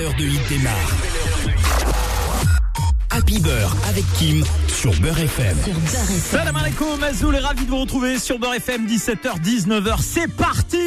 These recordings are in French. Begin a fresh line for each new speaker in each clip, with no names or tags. heure de hit démarre. Happy Beurre avec Kim sur Beurre FM.
Salam alaikum, Mazoul est ravi de vous retrouver sur Beurre FM 17h 19h. C'est parti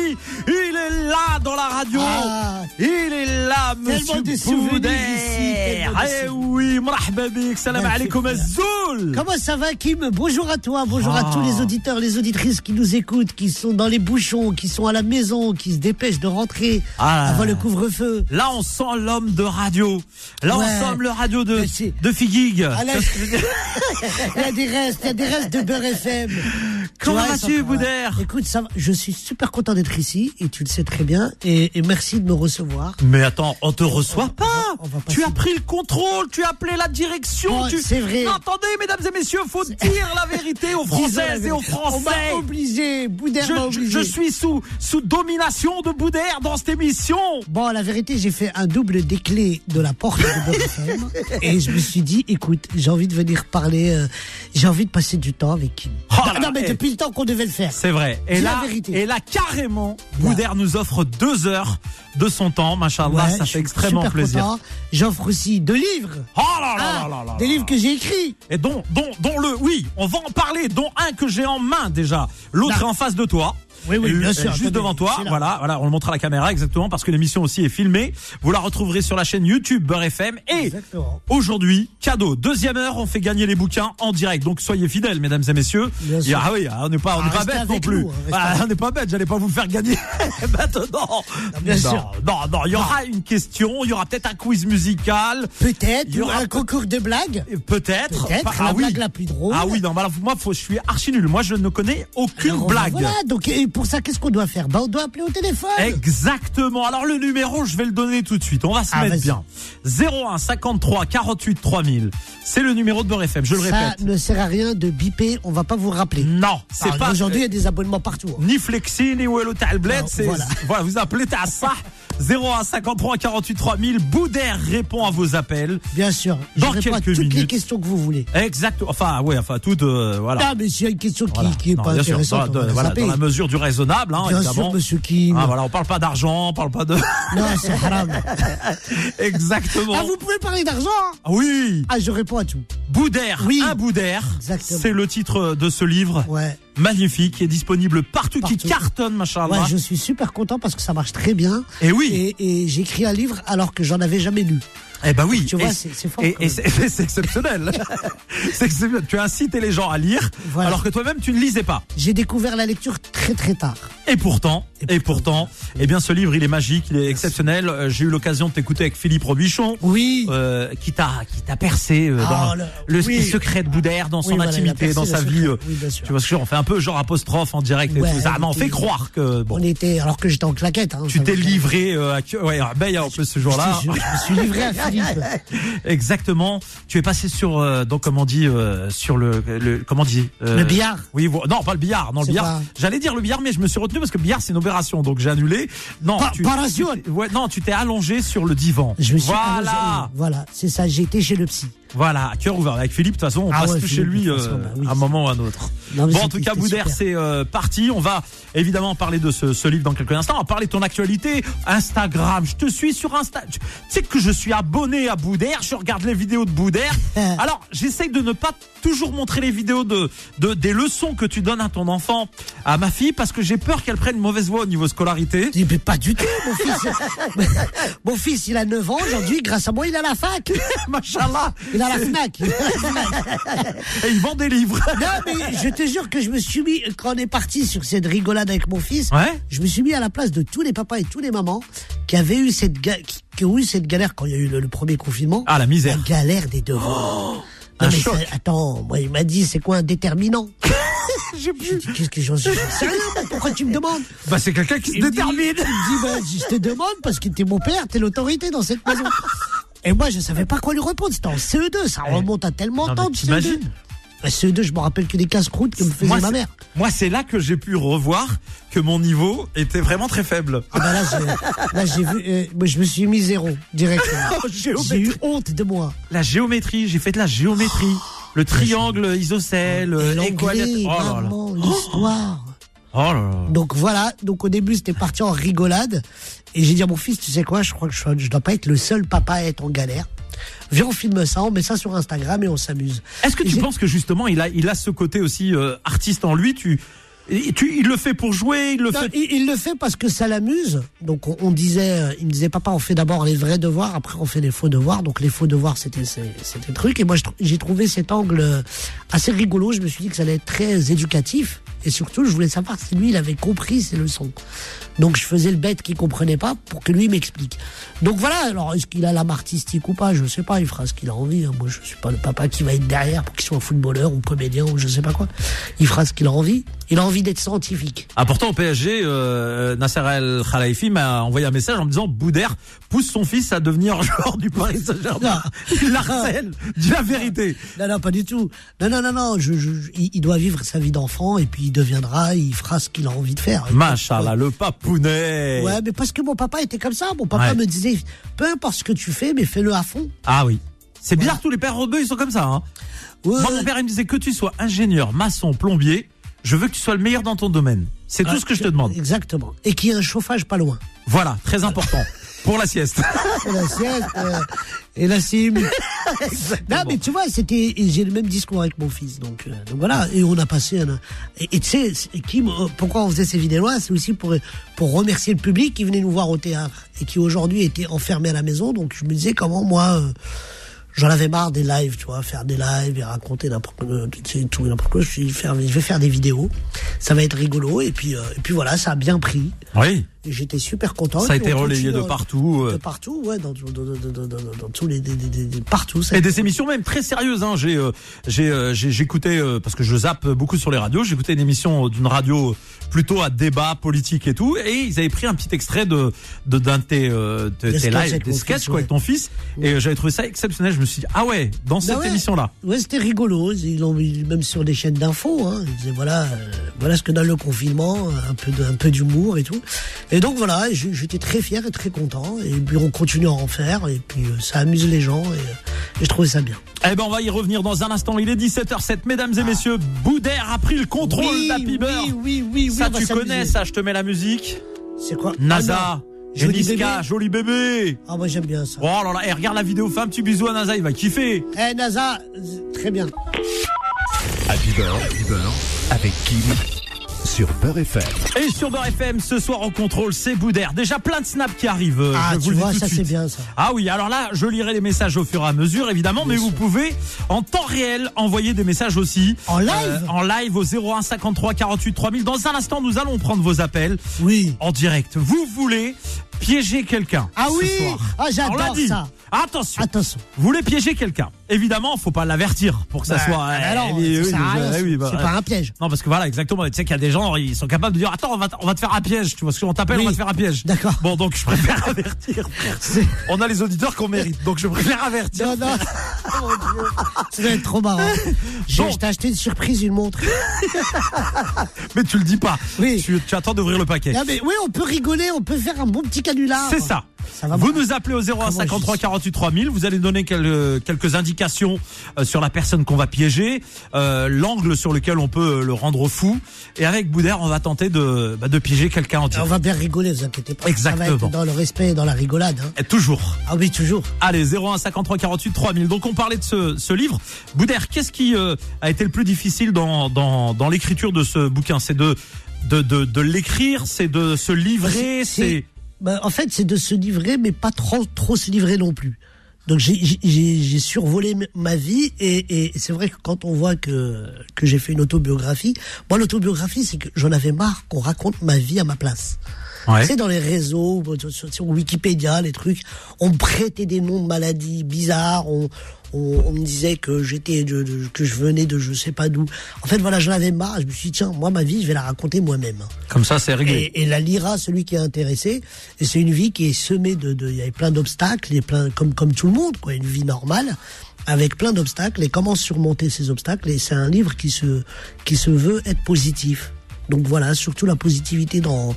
Il est là dans la radio.
Ah.
Il est là monsieur
Tellement de souvenirs
Boudère.
ici, tellement de
Eh
souvenirs.
oui, marhaba bik, salam
Merci,
alaikum
frère.
Mazoul.
Comment ça va, Kim Bonjour à toi, bonjour
Ah.
à tous les auditeurs, les auditrices qui nous écoutent, qui sont dans les bouchons, qui sont à la maison, qui se dépêchent de rentrer
Ah.
avant le couvre-feu.
Là, on sent l'homme de radio. Là,
Ouais.
on sent le radio de,
Mais c'est-
de Figuig.
À la- il y a des restes, il y a des restes de Beurre FM. Tu
Comment
vois, ils
vas-tu,
sont-
Boudère
Écoute, ça va, je suis super content d'être ici, et tu le sais très bien, et, et merci de me recevoir.
Mais attends, on te reçoit pas.
on va pas
tu
se-
as pris le contrôle, tu as appelé la direction.
Bon,
tu...
c'est vrai.
Non, attendez, mesdames et messieurs, faut dire la vérité aux Françaises
Disons la
et aux
vérité. On
Français.
m'a obligé, Boudère
Je,
m'a
je-
obligé.
je suis sous, sous domination de Boudère dans cette émission.
Bon, la vérité, j'ai fait un double des clés de la porte de Beurre FM, et je me suis dit, écoute, j'ai envie de venir parler, euh, j'ai envie de passer du temps avec Kim.
Oh
non,
là
non,
là,
mais
eh.
depuis le temps qu'on devait le faire.
C'est vrai. Et
Dis la
là,
vérité.
et là, carrément, Boudère nous offre deux heures de son temps. Machallah,
Ouais,
ça
je
fait
suis
extrêmement
super
plaisir.
content. J'offre aussi deux livres.
Oh là là
Ah,
là là là
des
là
livres
là.
que j'ai écrits.
Et dont, dont, dont le, oui, on va en parler, dont un que j'ai en main déjà. L'autre
Là.
est en face de toi.
Oui, oui,
Euh,
bien
euh,
sûr,
Juste
attendez,
devant toi.
c'est là.
Voilà, voilà, on le montre à la caméra exactement parce que l'émission aussi est filmée. Vous la retrouverez sur la chaîne YouTube Beurre FM. Et
Exactement.
aujourd'hui, cadeau. Deuxième heure, on fait gagner les bouquins en direct. Donc soyez fidèles, mesdames et messieurs.
Bien
Et
sûr.
Ah oui, ah, on n'est pas, on
Ah,
n'est pas
restez
bête non
avec
plus.
nous, hein, restez
Ah,
avec
on n'est pas bête, j'allais pas vous le faire gagner maintenant.
bien
non,
sûr.
Non, non, il y aura une question, il y aura peut-être un quiz musical.
Peut-être,
Il y
il y
aura
aura un concours de blagues.
Et Peut-être.
Peut-être,
Pas-
la blague la plus drôle.
Ah oui, non, bah alors, moi, faut, je suis archi nul. Moi, je ne connais aucune
Alors,
blague.
Voilà, donc et pour ça, qu'est-ce qu'on doit faire Bah, on doit appeler au téléphone.
Exactement. Alors, le numéro, je vais le donner tout de suite. On va se
Ah,
mettre
vas-y.
bien. 01 53 48 3000. C'est le numéro de Beurre FM, je le
ça
répète.
ne sert à rien de biper, on va pas vous rappeler.
Non, c'est
Ah,
pas.
Aujourd'hui, il y a des abonnements partout. hein.
Ni Flexi, ni Wello Talbled.
Non,
C'est, voilà.
voilà.
vous appelez Tassah. 01 53 48 3000. Boudère répond à vos appels.
Bien sûr.
Dans
je réponds à
quelques
toutes les
minutes.
questions que vous voulez.
Exact. Enfin, ouais, enfin, tout, euh, voilà.
Ah, mais s'il y a une question qui,
Voilà.
qui est
Non,
pas
bien sûr,
intéressante,
dans-
on va
dans,
la
voilà,
zapper.
dans la mesure du raisonnable, hein,
Bien
évidemment.
sûr, monsieur Kim.
Ah, voilà, on parle pas d'argent, on parle pas de.
Non, c'est haram.
Exactement.
Ah, vous pouvez parler d'argent hein
Ah Oui,
Ah, je réponds à tout.
Boudère,
Oui.
un Boudère.
Exactement.
C'est le titre de ce livre
Ouais.
magnifique qui est disponible partout, qui
Partout.
cartonne, machin.
Ouais, je suis super content parce que ça marche très bien.
Et oui,
Et, et j'écris un livre alors que j'en avais jamais lu.
eh ben oui.
Tu vois,
Et-
c'est- c'est fort,
Et,
quand
et
même.
c'est c'est exceptionnel. c'est exceptionnel. Tu incites les gens à lire,
Voilà.
alors que toi-même tu ne lisais pas.
J'ai découvert la lecture très très tard.
Et pourtant, et
Et
pourtant, eh bien, ce livre, il est magique, il est exceptionnel. Euh, J'ai eu l'occasion de t'écouter avec Philippe Robichon.
Oui.
euh, qui t'a qui t'a percé euh,
Ah,
dans le,
le- oui.
secret de Boudère dans
Oui,
son
voilà, il a
intimité
percé
dans
le
sa
secret.
vie euh,
Oui, bien sûr.
tu vois ce que je veux dire, on fait un peu genre apostrophe en direct et
Ouais,
tout ça
on
m'en
était-
fait croire que bon
On était, alors que j'étais en claquette. hein,
tu
ça
t'es
va.
livré euh, à que- ouais à Beille, en plus ce
Je,
jour-là
te jure, je me suis livré à Philippe.
exactement tu es passé sur euh, donc comment on dit euh, sur le, le comment on dit euh,
Le billard.
oui vo- non pas le billard non le
C'est
billard
pas-
j'allais dire le billard mais je me suis retenu parce que billard c'est une opération donc j'ai annulé non
Pa-
tu,
paration.
tu t'es- ouais, non tu t'es allongé sur le divan
Je me suis
voilà
arrosé. Voilà, c'est ça. J'ai été chez le psy.
Voilà, à cœur ouvert. Avec Philippe, de toute façon, on
Ah
passe
ouais,
tout chez
Philippe,
lui
de toute façon,
euh,
bah oui.
à un moment ou à un autre.
Non, mais
Bon, en
c'était-
tout cas,
c'était
Boudère,
super.
c'est euh, parti. On va évidemment parler de ce, ce livre dans quelques instants. On va parler de ton actualité. Instagram, je te suis sur Insta. Tu sais que je suis abonné à Boudère. Je regarde les vidéos de Boudère. Alors, j'essaye de ne pas toujours montrer les vidéos de, de des leçons que tu donnes à ton enfant, à ma fille, parce que j'ai peur qu'elle prenne une mauvaise voie au niveau scolarité.
Eh ben, pas du tout, mon fils. mon fils, il a 9 ans aujourd'hui. Grâce à moi, il a la fac.
Machallah.
Il a la FNAC.
Et ils vendent des livres.
Non, mais je te jure que je me suis mis, quand on est parti sur cette rigolade avec mon fils,
Ouais.
je me suis mis à la place de tous les papas et tous les mamans qui avaient eu cette, ga- qui, qui ont eu cette galère quand il y a eu le, le premier confinement.
Ah, la misère.
La galère des deux.
un
non, mais
choc.
ça- attends, moi, il m'a dit, c'est quoi un déterminant
J'ai plus.
Je dis, Qu'est-ce que j'en suis j'en sais rien, moi, Pourquoi tu me demandes
Bah, c'est quelqu'un qui se
Il me dit-
détermine.
Il me dit, bah, je te demande parce que t'es mon père, t'es l'autorité dans cette maison. Et moi, je savais pas quoi lui répondre. C'était en CE2, ça remonte à tellement
Non, mais
de E temps. de CE2.
t'imagines
À CE2, E je me rappelle que des casse-croûtes que me faisait
Moi,
ma
c'est-
mère.
Moi, c'est là que j'ai pu revoir que mon niveau était vraiment très faible.
Ah bah là, j'ai- là, j'ai vu, euh, moi, je me suis mis zéro directement.
Oh, géométrie.
j'ai eu honte de moi.
La géométrie, j'ai fait de la géométrie. Le triangle isocèle,
Et
l'équateur.
Oh, l'anglais,
Oh là là.
maman, l'histoire.
Oh là là.
Donc voilà, donc au début c'était parti en rigolade. Et j'ai dit à mon fils, tu sais quoi, je crois que je, je dois pas être le seul papa à être en galère. Viens, on filme ça, on met ça sur Instagram et on s'amuse.
Est-ce que
Et
tu
j'ai-
penses que justement il a, il a ce côté aussi euh, artiste en lui tu, et tu, Il le fait pour jouer, il le
Non,
fait.
il, il le fait parce que ça l'amuse. Donc on, on disait, euh, il me disait papa, on fait d'abord les vrais devoirs, après on fait les faux devoirs. Donc les faux devoirs c'était c'est- c'était le truc. Et moi je tr- j'ai trouvé cet angle euh, assez rigolo. Je me suis dit que ça allait être très éducatif. Et surtout, je voulais savoir si lui, il avait compris ses leçons. Donc je faisais le bête qu'il comprenait pas pour que lui m'explique. Donc voilà. Alors est-ce qu'il a l'âme artistique ou pas Je sais pas. Il fera ce qu'il a envie. hein. Moi je suis pas le papa qui va être derrière pour qu'il soit footballeur ou comédien ou je sais pas quoi. Il fera ce qu'il a envie. Il a envie d'être scientifique.
Ah, pourtant, au PSG, euh, Nasser El Khalifi m'a envoyé un message en me disant Boudère pousse son fils à devenir joueur du Paris Saint-Germain. Il l'harcèle, dis la vérité.
Non, non, pas du tout. Non, non, non, non. Je, je- je- il il doit vivre sa vie d'enfant et puis il deviendra, il fera ce qu'il a envie de faire.
Machallah, le papounet.
Ouais, mais parce que mon papa était comme ça. Mon papa
Ouais.
me disait, peu importe ce que tu fais, mais fais-le à fond.
Ah oui. C'est bizarre, tous les pères rebeux, ils sont comme ça. Hein.
Ouais,
Moi, mon père, il me disait que tu sois ingénieur, maçon, plombier, je veux que tu sois le meilleur dans ton domaine. C'est tout
ouais,
ce que je te demande.
Exactement. Et qu'il y ait un chauffage pas loin.
Voilà, très important. Pour la sieste.
Et la sieste, euh, et la sim. non, mais tu vois, c'était, et j'ai le même discours avec mon fils. Donc, euh, donc voilà. Et on a passé un, et, et tu sais, c'est- Kim, euh, pourquoi on faisait ces vidéos-là? C'est aussi pour, pour remercier le public qui venait nous voir au théâtre et qui aujourd'hui était enfermé à la maison. Donc, je me disais comment moi, euh, J'en avais marre des lives, tu vois, faire des lives et raconter n'importe quoi, euh, tu sais, tout et n'importe quoi. Je, suis faire, je vais faire des vidéos, ça va être rigolo et puis euh, et puis voilà, ça a bien pris.
Oui.
Et J'étais super content.
Ça a
Et puis
été
on
relayé
continue
de
dans-
partout.
De
euh.
partout, ouais, dans, dans- dans- dans- dans- dans- dans tous les. des- des- des- des- partout. ça-
Et des émissions même très sérieuses. Hein. J'ai, euh, j'ai, euh, j'ai- j'écoutais euh, parce que je zappe beaucoup sur les radios. J'écoutais une émission euh, d'une radio plutôt à débat politique et tout. Et ils avaient pris un petit extrait de, de d'un de tes, euh, de
Des
tes
sketchs
lives,
avec
des
mon
sketchs
fils,
quoi,
ouais. Bah
avec ton fils. Et euh, j'avais trouvé ça exceptionnel. Je me suis dit ah ouais, dans cette
ouais.
émission là.
Ouais, c'était rigolo. Ils l'ont mis même sur des chaînes d'infos. Hein. Ils disaient voilà, euh, voilà ce que donne le confinement, un peu de- un peu d'humour et tout. Et donc voilà, j- j'étais très fier et très content. Et puis on continue à en faire. Et puis euh, ça amuse les gens. Et, euh, et je trouvais ça bien.
Eh ben on va y revenir dans un instant. Il est 17h07, mesdames et messieurs. Boudère a pris le contrôle
Ah. oui,
d'Happy
oui,
Bird.
oui, oui, oui,
ça
on va
tu
s'amuser.
connais ça. Je te mets la musique.
C'est quoi Ah
NASA.
Joli
Joli
bébé.
joli bébé.
Ah, moi j'aime bien ça.
Oh là là, et regarde la vidéo, fais un petit bisou à NASA, il va kiffer.
Eh, NASA, z- très bien.
Happy Bird, Happy Bird, avec Kim sur Beurre FM.
Et sur Beurre FM, ce soir au contrôle, c'est Boudère. Déjà plein de snaps qui arrivent. euh,
Ah,
je vous
tu
le dis
vois,
tout de
ça
suite.
c'est bien ça.
Ah oui, alors là, je lirai les messages au fur et à mesure, évidemment, mais vous pouvez, en temps réel, envoyer des messages aussi. Euh,
En live
En live au 01 53 48 3000. Dans un instant, nous allons prendre vos appels
Oui.
en direct. Vous voulez piéger quelqu'un
Ah
ce
oui
soir.
Ah, j'adore
On l'a dit.
ça.
Attention
Attention.
Vous voulez piéger quelqu'un Évidemment, faut pas l'avertir pour que ça
Bah,
soit.
bah
Eh,
non,
oui,
ça
oui,
sert à
je-
rien,
eh oui,
c'est-
bah,
c'est pas un piège.
Non, parce que voilà, exactement. Tu sais qu'il y a des gens, ils sont capables de dire Attends, on va, te- on va te faire un piège. Tu vois, si on t'appelle,
Oui.
on va te faire un piège.
D'accord.
Bon, donc je préfère avertir.
C'est-
On a les auditeurs qu'on mérite, donc je préfère avertir.
Non, non. Mon Dieu. Ça va être trop marrant. Je,
Oh, Bon.
je t'ai acheté une surprise, une montre.
Mais tu le dis pas.
Oui.
Tu, tu attends d'ouvrir le paquet.
Non, mais oui, on peut rigoler, on peut faire un bon petit canular.
C'est ça.
Ça va
vous
marcher.
nous appelez au 0153
je dis
48 3000. Vous allez donner quel- euh, quelques indications euh, sur la personne qu'on va piéger, euh, l'angle sur lequel on peut euh, le rendre fou. Et avec Boudère, on va tenter de, bah, de piéger quelqu'un en
On
direct.
va bien rigoler, vous inquiétez pas. Ça va
Exactement.
être dans le respect et dans la rigolade. hein.
Et toujours.
Ah oui, toujours.
Allez, 0153 48 3000. Donc on parlait de ce, ce livre. Boudère, qu'est-ce qui euh, a été le plus difficile dans, dans, dans l'écriture de ce bouquin C'est de, de, de, de l'écrire, c'est de se livrer, c'est...
Bah, en fait, c'est de se livrer, mais pas trop, trop se livrer non plus. Donc j'ai- j'ai j'ai- j'ai survolé m- ma vie et, et c'est vrai que quand on voit que que j'ai fait une autobiographie, moi l'autobiographie c'est que j'en avais marre qu'on raconte ma vie à ma place.
Ouais.
C'est dans les réseaux, euh, sur, sur Wikipédia, les trucs. On me prêtait des noms de maladies bizarres. On, on, on me disait que j'étais, de- de- que je venais de je sais pas d'où. En fait, voilà, j'en avais marre. Je me suis dit, tiens, moi, ma vie, je vais la raconter moi-même. hein.
Comme ça, c'est réglé.
Et, et la lira, celui qui est intéressé, et c'est une vie qui est semée de, de- il y avait plein d'obstacles, et plein, comme, comme tout le monde, quoi, une vie normale, avec plein d'obstacles, et comment surmonter ces obstacles, et c'est un livre qui se, qui se veut être positif. Donc voilà, surtout la positivité dans,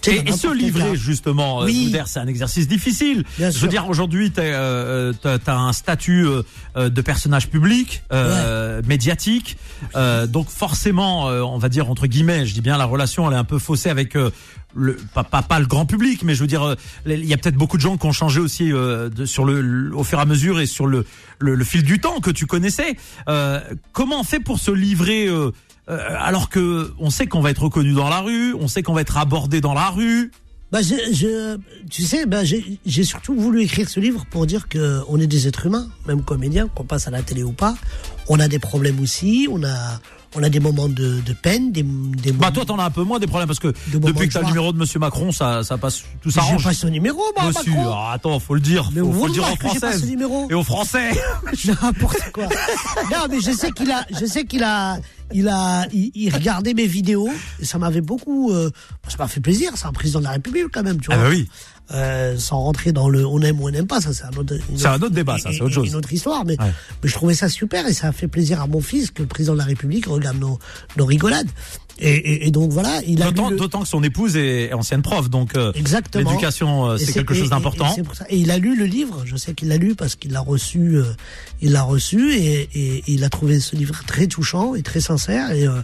tu
Et, et se
C'est dans n'importe quel
livrer,
cas.
justement, euh,
Oui.
Boudère, c'est un exercice difficile.
Bien
Je veux
sûr.
dire, aujourd'hui, euh, tu as un statut euh, euh, de personnage public, euh, médiatique. Euh, donc forcément, euh, on va dire, entre guillemets, je dis bien, la relation, elle est un peu faussée avec... euh, le, pas, pas, pas le grand public, mais je veux dire, euh, il y a peut-être beaucoup de gens qui ont changé aussi euh, de- sur le, le- au fur et à mesure et sur le, le, le fil du temps que tu connaissais. Euh, comment on fait pour se livrer euh, euh, alors que on sait qu'on va être reconnu dans la rue, on sait qu'on va être abordé dans la rue,
Bah, je- je- tu sais, bah, j'ai j'ai surtout voulu écrire ce livre pour dire que on est des êtres humains, même comédiens, qu'on passe à la télé ou pas. On a des problèmes aussi, on a, on a des moments de, de peine, des, des
Bah
moments.
toi t'en as un peu moins des problèmes parce que
moments
depuis
de
que t'as le
joie.
numéro de Monsieur Macron, ça, ça passe, tout
Mais j'ai
s'arrange.
pas son numéro, moi,
Monsieur,
Macron.
ah, attends, faut le dire,
Mais
faut, faut
vous
le dire
voyez
en
que j'ai pas
français
ce numéro. Bah,
et aux Français.
N'importe quoi. non, mais je sais qu'il a, je sais qu'il a, il a, il, il regardait mes vidéos et ça m'avait beaucoup, euh, ça m'a fait plaisir. C'est un président de la République quand même, tu vois.
Ah bah oui.
Euh, sans rentrer dans le on aime ou on n'aime pas, ça c'est un autre, une
C'est un autre débat, ça, c'est autre chose.
Une autre histoire, mais,
Ouais.
mais je trouvais ça super et ça a fait plaisir à mon fils que le président de la République regarde nos, nos rigolades. Et, et- et donc voilà, il a.
D'autant
lu le-
d'autant que son épouse est est ancienne prof, donc euh,
Exactement.
l'éducation euh,
et
c'est quelque
et-
chose
et-
d'important.
Et, c'est pour ça. Et il a lu le livre, je sais qu'il l'a lu parce qu'il l'a reçu, euh, il l'a reçu et, et- et il a trouvé ce livre très touchant et très sincère. Et, euh,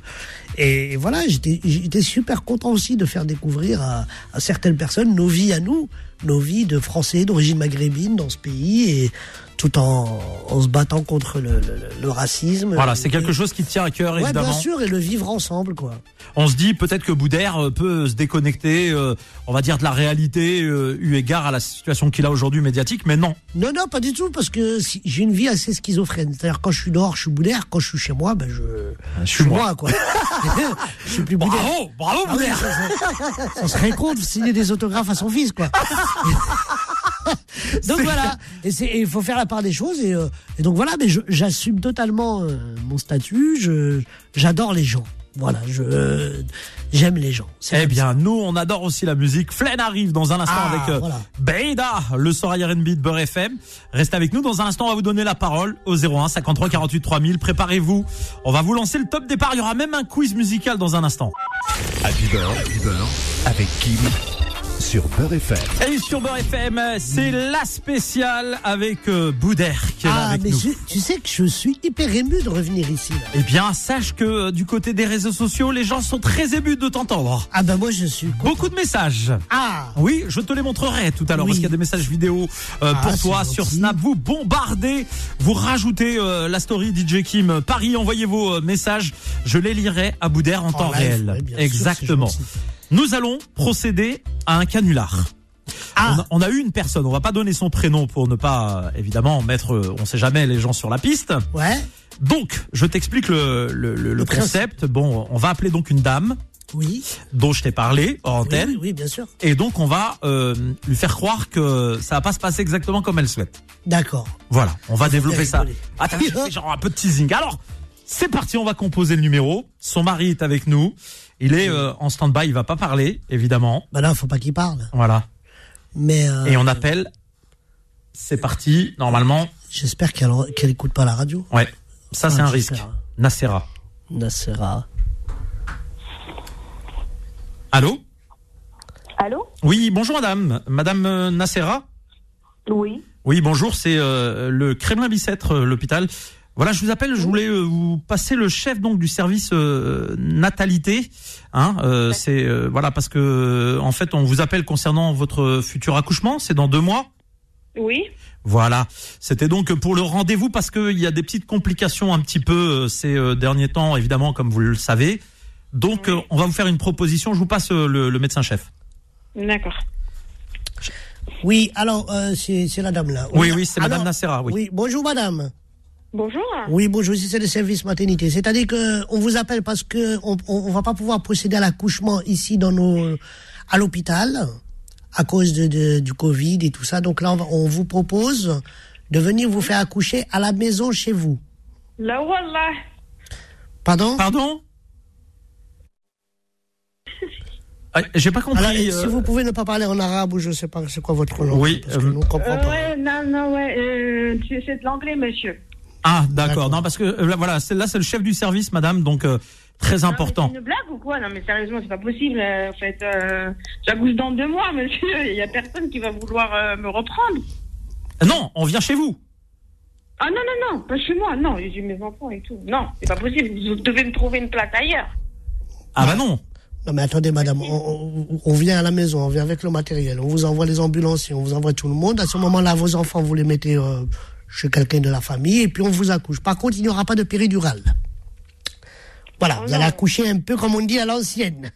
et voilà, j'étais j'étais super content aussi de faire découvrir à, à certaines personnes nos vies à nous, nos vies de Français d'origine maghrébine dans ce pays et tout en, en se battant contre le, le- le racisme.
Voilà, c'est quelque
Et-
chose qui te tient à cœur
Ouais, bien
évidemment.
sûr, et le vivre ensemble, quoi.
On se dit peut-être que Boudère euh, peut se déconnecter, euh, on va dire de la réalité euh, eu égard à la situation qu'il a aujourd'hui médiatique, mais non.
Non, non, pas du tout, parce que si- j'ai une vie assez schizophrène. C'est-à-dire, quand je suis dehors, je suis boudère. Quand je suis chez moi, ben, je, je suis
Ah, moi.
moi, quoi. je suis plus boudère.
Bravo, bravo
Ah oui,
Boudère.
ça, ça- ça serait con de signer des autographes à son fils, quoi. donc voilà, et c'est- et il faut faire la part des choses. Et, euh, et donc voilà, mais je- j'assume totalement euh, mon statut. Je j'adore les gens. Voilà, je euh, j'aime les gens. C'est
Eh
comme
bien, nous, on adore aussi la musique. Flynn arrive dans un instant
Ah,
avec euh,
voilà.
Beida, le Soraya R&B de Beurre FM. Restez avec nous. Dans un instant, on va vous donner la parole au 01 53 48 3000. Préparez-vous. On va vous lancer le top départ. Il y aura même un quiz musical dans un instant.
Happy Bird, avec Kim sur Beurre FM.
Et sur Beurre FM, c'est la spéciale avec euh, Boudère qui est
ça.
là
Ah,
avec
mais
nous.
je- tu sais que je suis hyper ému de revenir ici. là.
Eh bien, sache que euh, du côté des réseaux sociaux, les gens sont très émus de t'entendre.
Ah ben moi je suis.
Beaucoup de messages.
Ah.
Oui, je te les montrerai tout à l'heure
Oui.
parce qu'il y a des messages vidéo euh,
Ah,
pour
c'est
toi
gentil.
sur Snap. Vous bombardez, vous rajoutez euh, la story DJ Kim euh, Paris. Envoyez vos euh, messages, je les lirai à Boudère en temps
live,
réel.
ouais, bien sûr,
Exactement.
c'est gentil.
Nous allons procéder à un canular.
Ah.
On, a, on a eu une personne, on va pas donner son prénom pour ne pas euh, évidemment mettre, euh, on sait jamais les gens sur la piste.
Ouais.
Donc, je t'explique le, le, le- le
Le principe.
concept. Bon, on va appeler donc une dame
Oui.
dont je t'ai parlé en
Oui,
antenne.
oui, oui, bien sûr.
Et donc, on va euh, lui faire croire que ça va pas se passer exactement comme elle souhaite.
D'accord.
Voilà, on va développer ça. Ah,
rigoler.
Attends, je fais genre un peu de teasing. Alors, c'est parti, on va composer le numéro. Son mari est avec nous. Il est euh, en stand-by, il va pas parler, évidemment.
Bah là, faut pas qu'il parle.
Voilà.
Mais euh,
Et on appelle. C'est parti, normalement.
j'espère qu'elle qu'elle écoute pas la radio.
Ouais, ça c'est
Ah,
un
j'espère.
risque. Nacera.
Nassera.
Allô
Allô
Oui, bonjour madame. Madame euh, Nacera
Oui.
Oui, bonjour, c'est euh, le Kremlin Bicêtre, euh, l'hôpital. Voilà, je vous appelle, je voulais euh, vous passer le chef donc du service euh, natalité. Hein, euh, c'est euh, voilà parce que euh, en fait on vous appelle concernant votre futur accouchement, c'est dans deux mois.
Oui.
Voilà, c'était donc pour le rendez-vous parce qu'il y a des petites complications un petit peu euh, ces euh, derniers temps, évidemment, comme vous le savez. Donc euh, on va vous faire une proposition, je vous passe euh, le, le médecin-chef.
D'accord.
Oui, alors euh, c'est c'est la dame là.
Oui, oui, c'est madame
alors,
Nacera, oui.
Oui, bonjour madame.
Bonjour.
Oui, bonjour, ici c'est le service maternité. C'est-à-dire que on vous appelle parce que on, on, on va pas pouvoir procéder à l'accouchement ici dans nos à l'hôpital à cause de, de- du Covid et tout ça. Donc là on, va- on vous propose de venir vous faire accoucher à la maison chez vous.
La wallah.
Pardon
Pardon Ah, J'ai pas compris.
Alors, si
euh,
vous pouvez ne pas parler en arabe ou je sais pas c'est quoi votre langue hein,
Oui,
parce que
euh,
nous on comprend
Euh,
pas.
ouais, non, non, ouais. euh, c'est c'est de l'anglais, monsieur.
Ah, d'accord.
D'accord.
Non, parce que euh, là, voilà, c'est- là, c'est le chef du service, madame, donc euh, très important.
C'est une blague ou quoi Non, mais sérieusement, c'est pas possible. euh, En fait, euh, j'accouche dans deux mois, monsieur. Il y a personne qui va vouloir euh, me reprendre.
Non, on vient chez vous.
Ah non, non, non, pas chez moi. Non, j'ai mes enfants et tout. Non, c'est pas possible. Vous devez me trouver une place ailleurs.
Ah bah non.
Non, mais attendez, madame, on, on- on vient à la maison, on vient avec le matériel, on vous envoie les ambulanciers, on vous envoie tout le monde. À ce moment-là, vos enfants, vous les mettez euh, chez quelqu'un de la famille et puis on vous accouche. Par contre, il n'y aura pas de péridurale. Voilà,
Oh
vous
non.
allez accoucher un peu comme on dit à l'ancienne.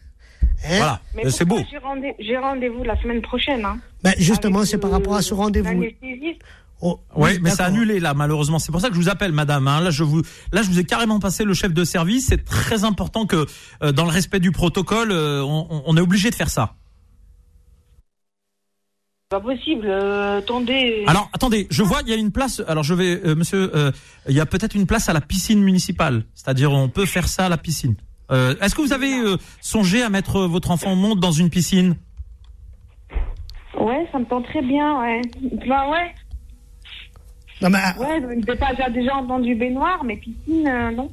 Hein
Voilà, Euh, c'est beau.
pourquoi J'ai rendez- j'ai rendez-vous la semaine prochaine. Hein,
Ben, justement,
avec
c'est par
le-
rapport à ce rendez-vous.
l'anesthésiste.
Oh,
Oui, mais c'est
d'accord.
annulé là, malheureusement. C'est pour ça que je vous appelle, madame. hein. Là, je vous, là, je vous ai carrément passé le chef de service. C'est très important que, euh, dans le respect du protocole, euh, on, on- on est obligé de faire ça.
C'est pas possible. euh, attendez.
Alors, attendez, je vois, il y a une place. Alors, je vais, euh, monsieur, euh, il y a peut-être une place à la piscine municipale. C'est-à-dire, on peut faire ça à la piscine. Euh, Est-ce que vous avez euh, songé à mettre euh, votre enfant monde dans une piscine
Ouais, ça me tente très bien, ouais. Ben ouais,
Non, mais, euh,
ouais, je ne sais pas, j'ai déjà entendu baignoire, mais piscine, euh, non.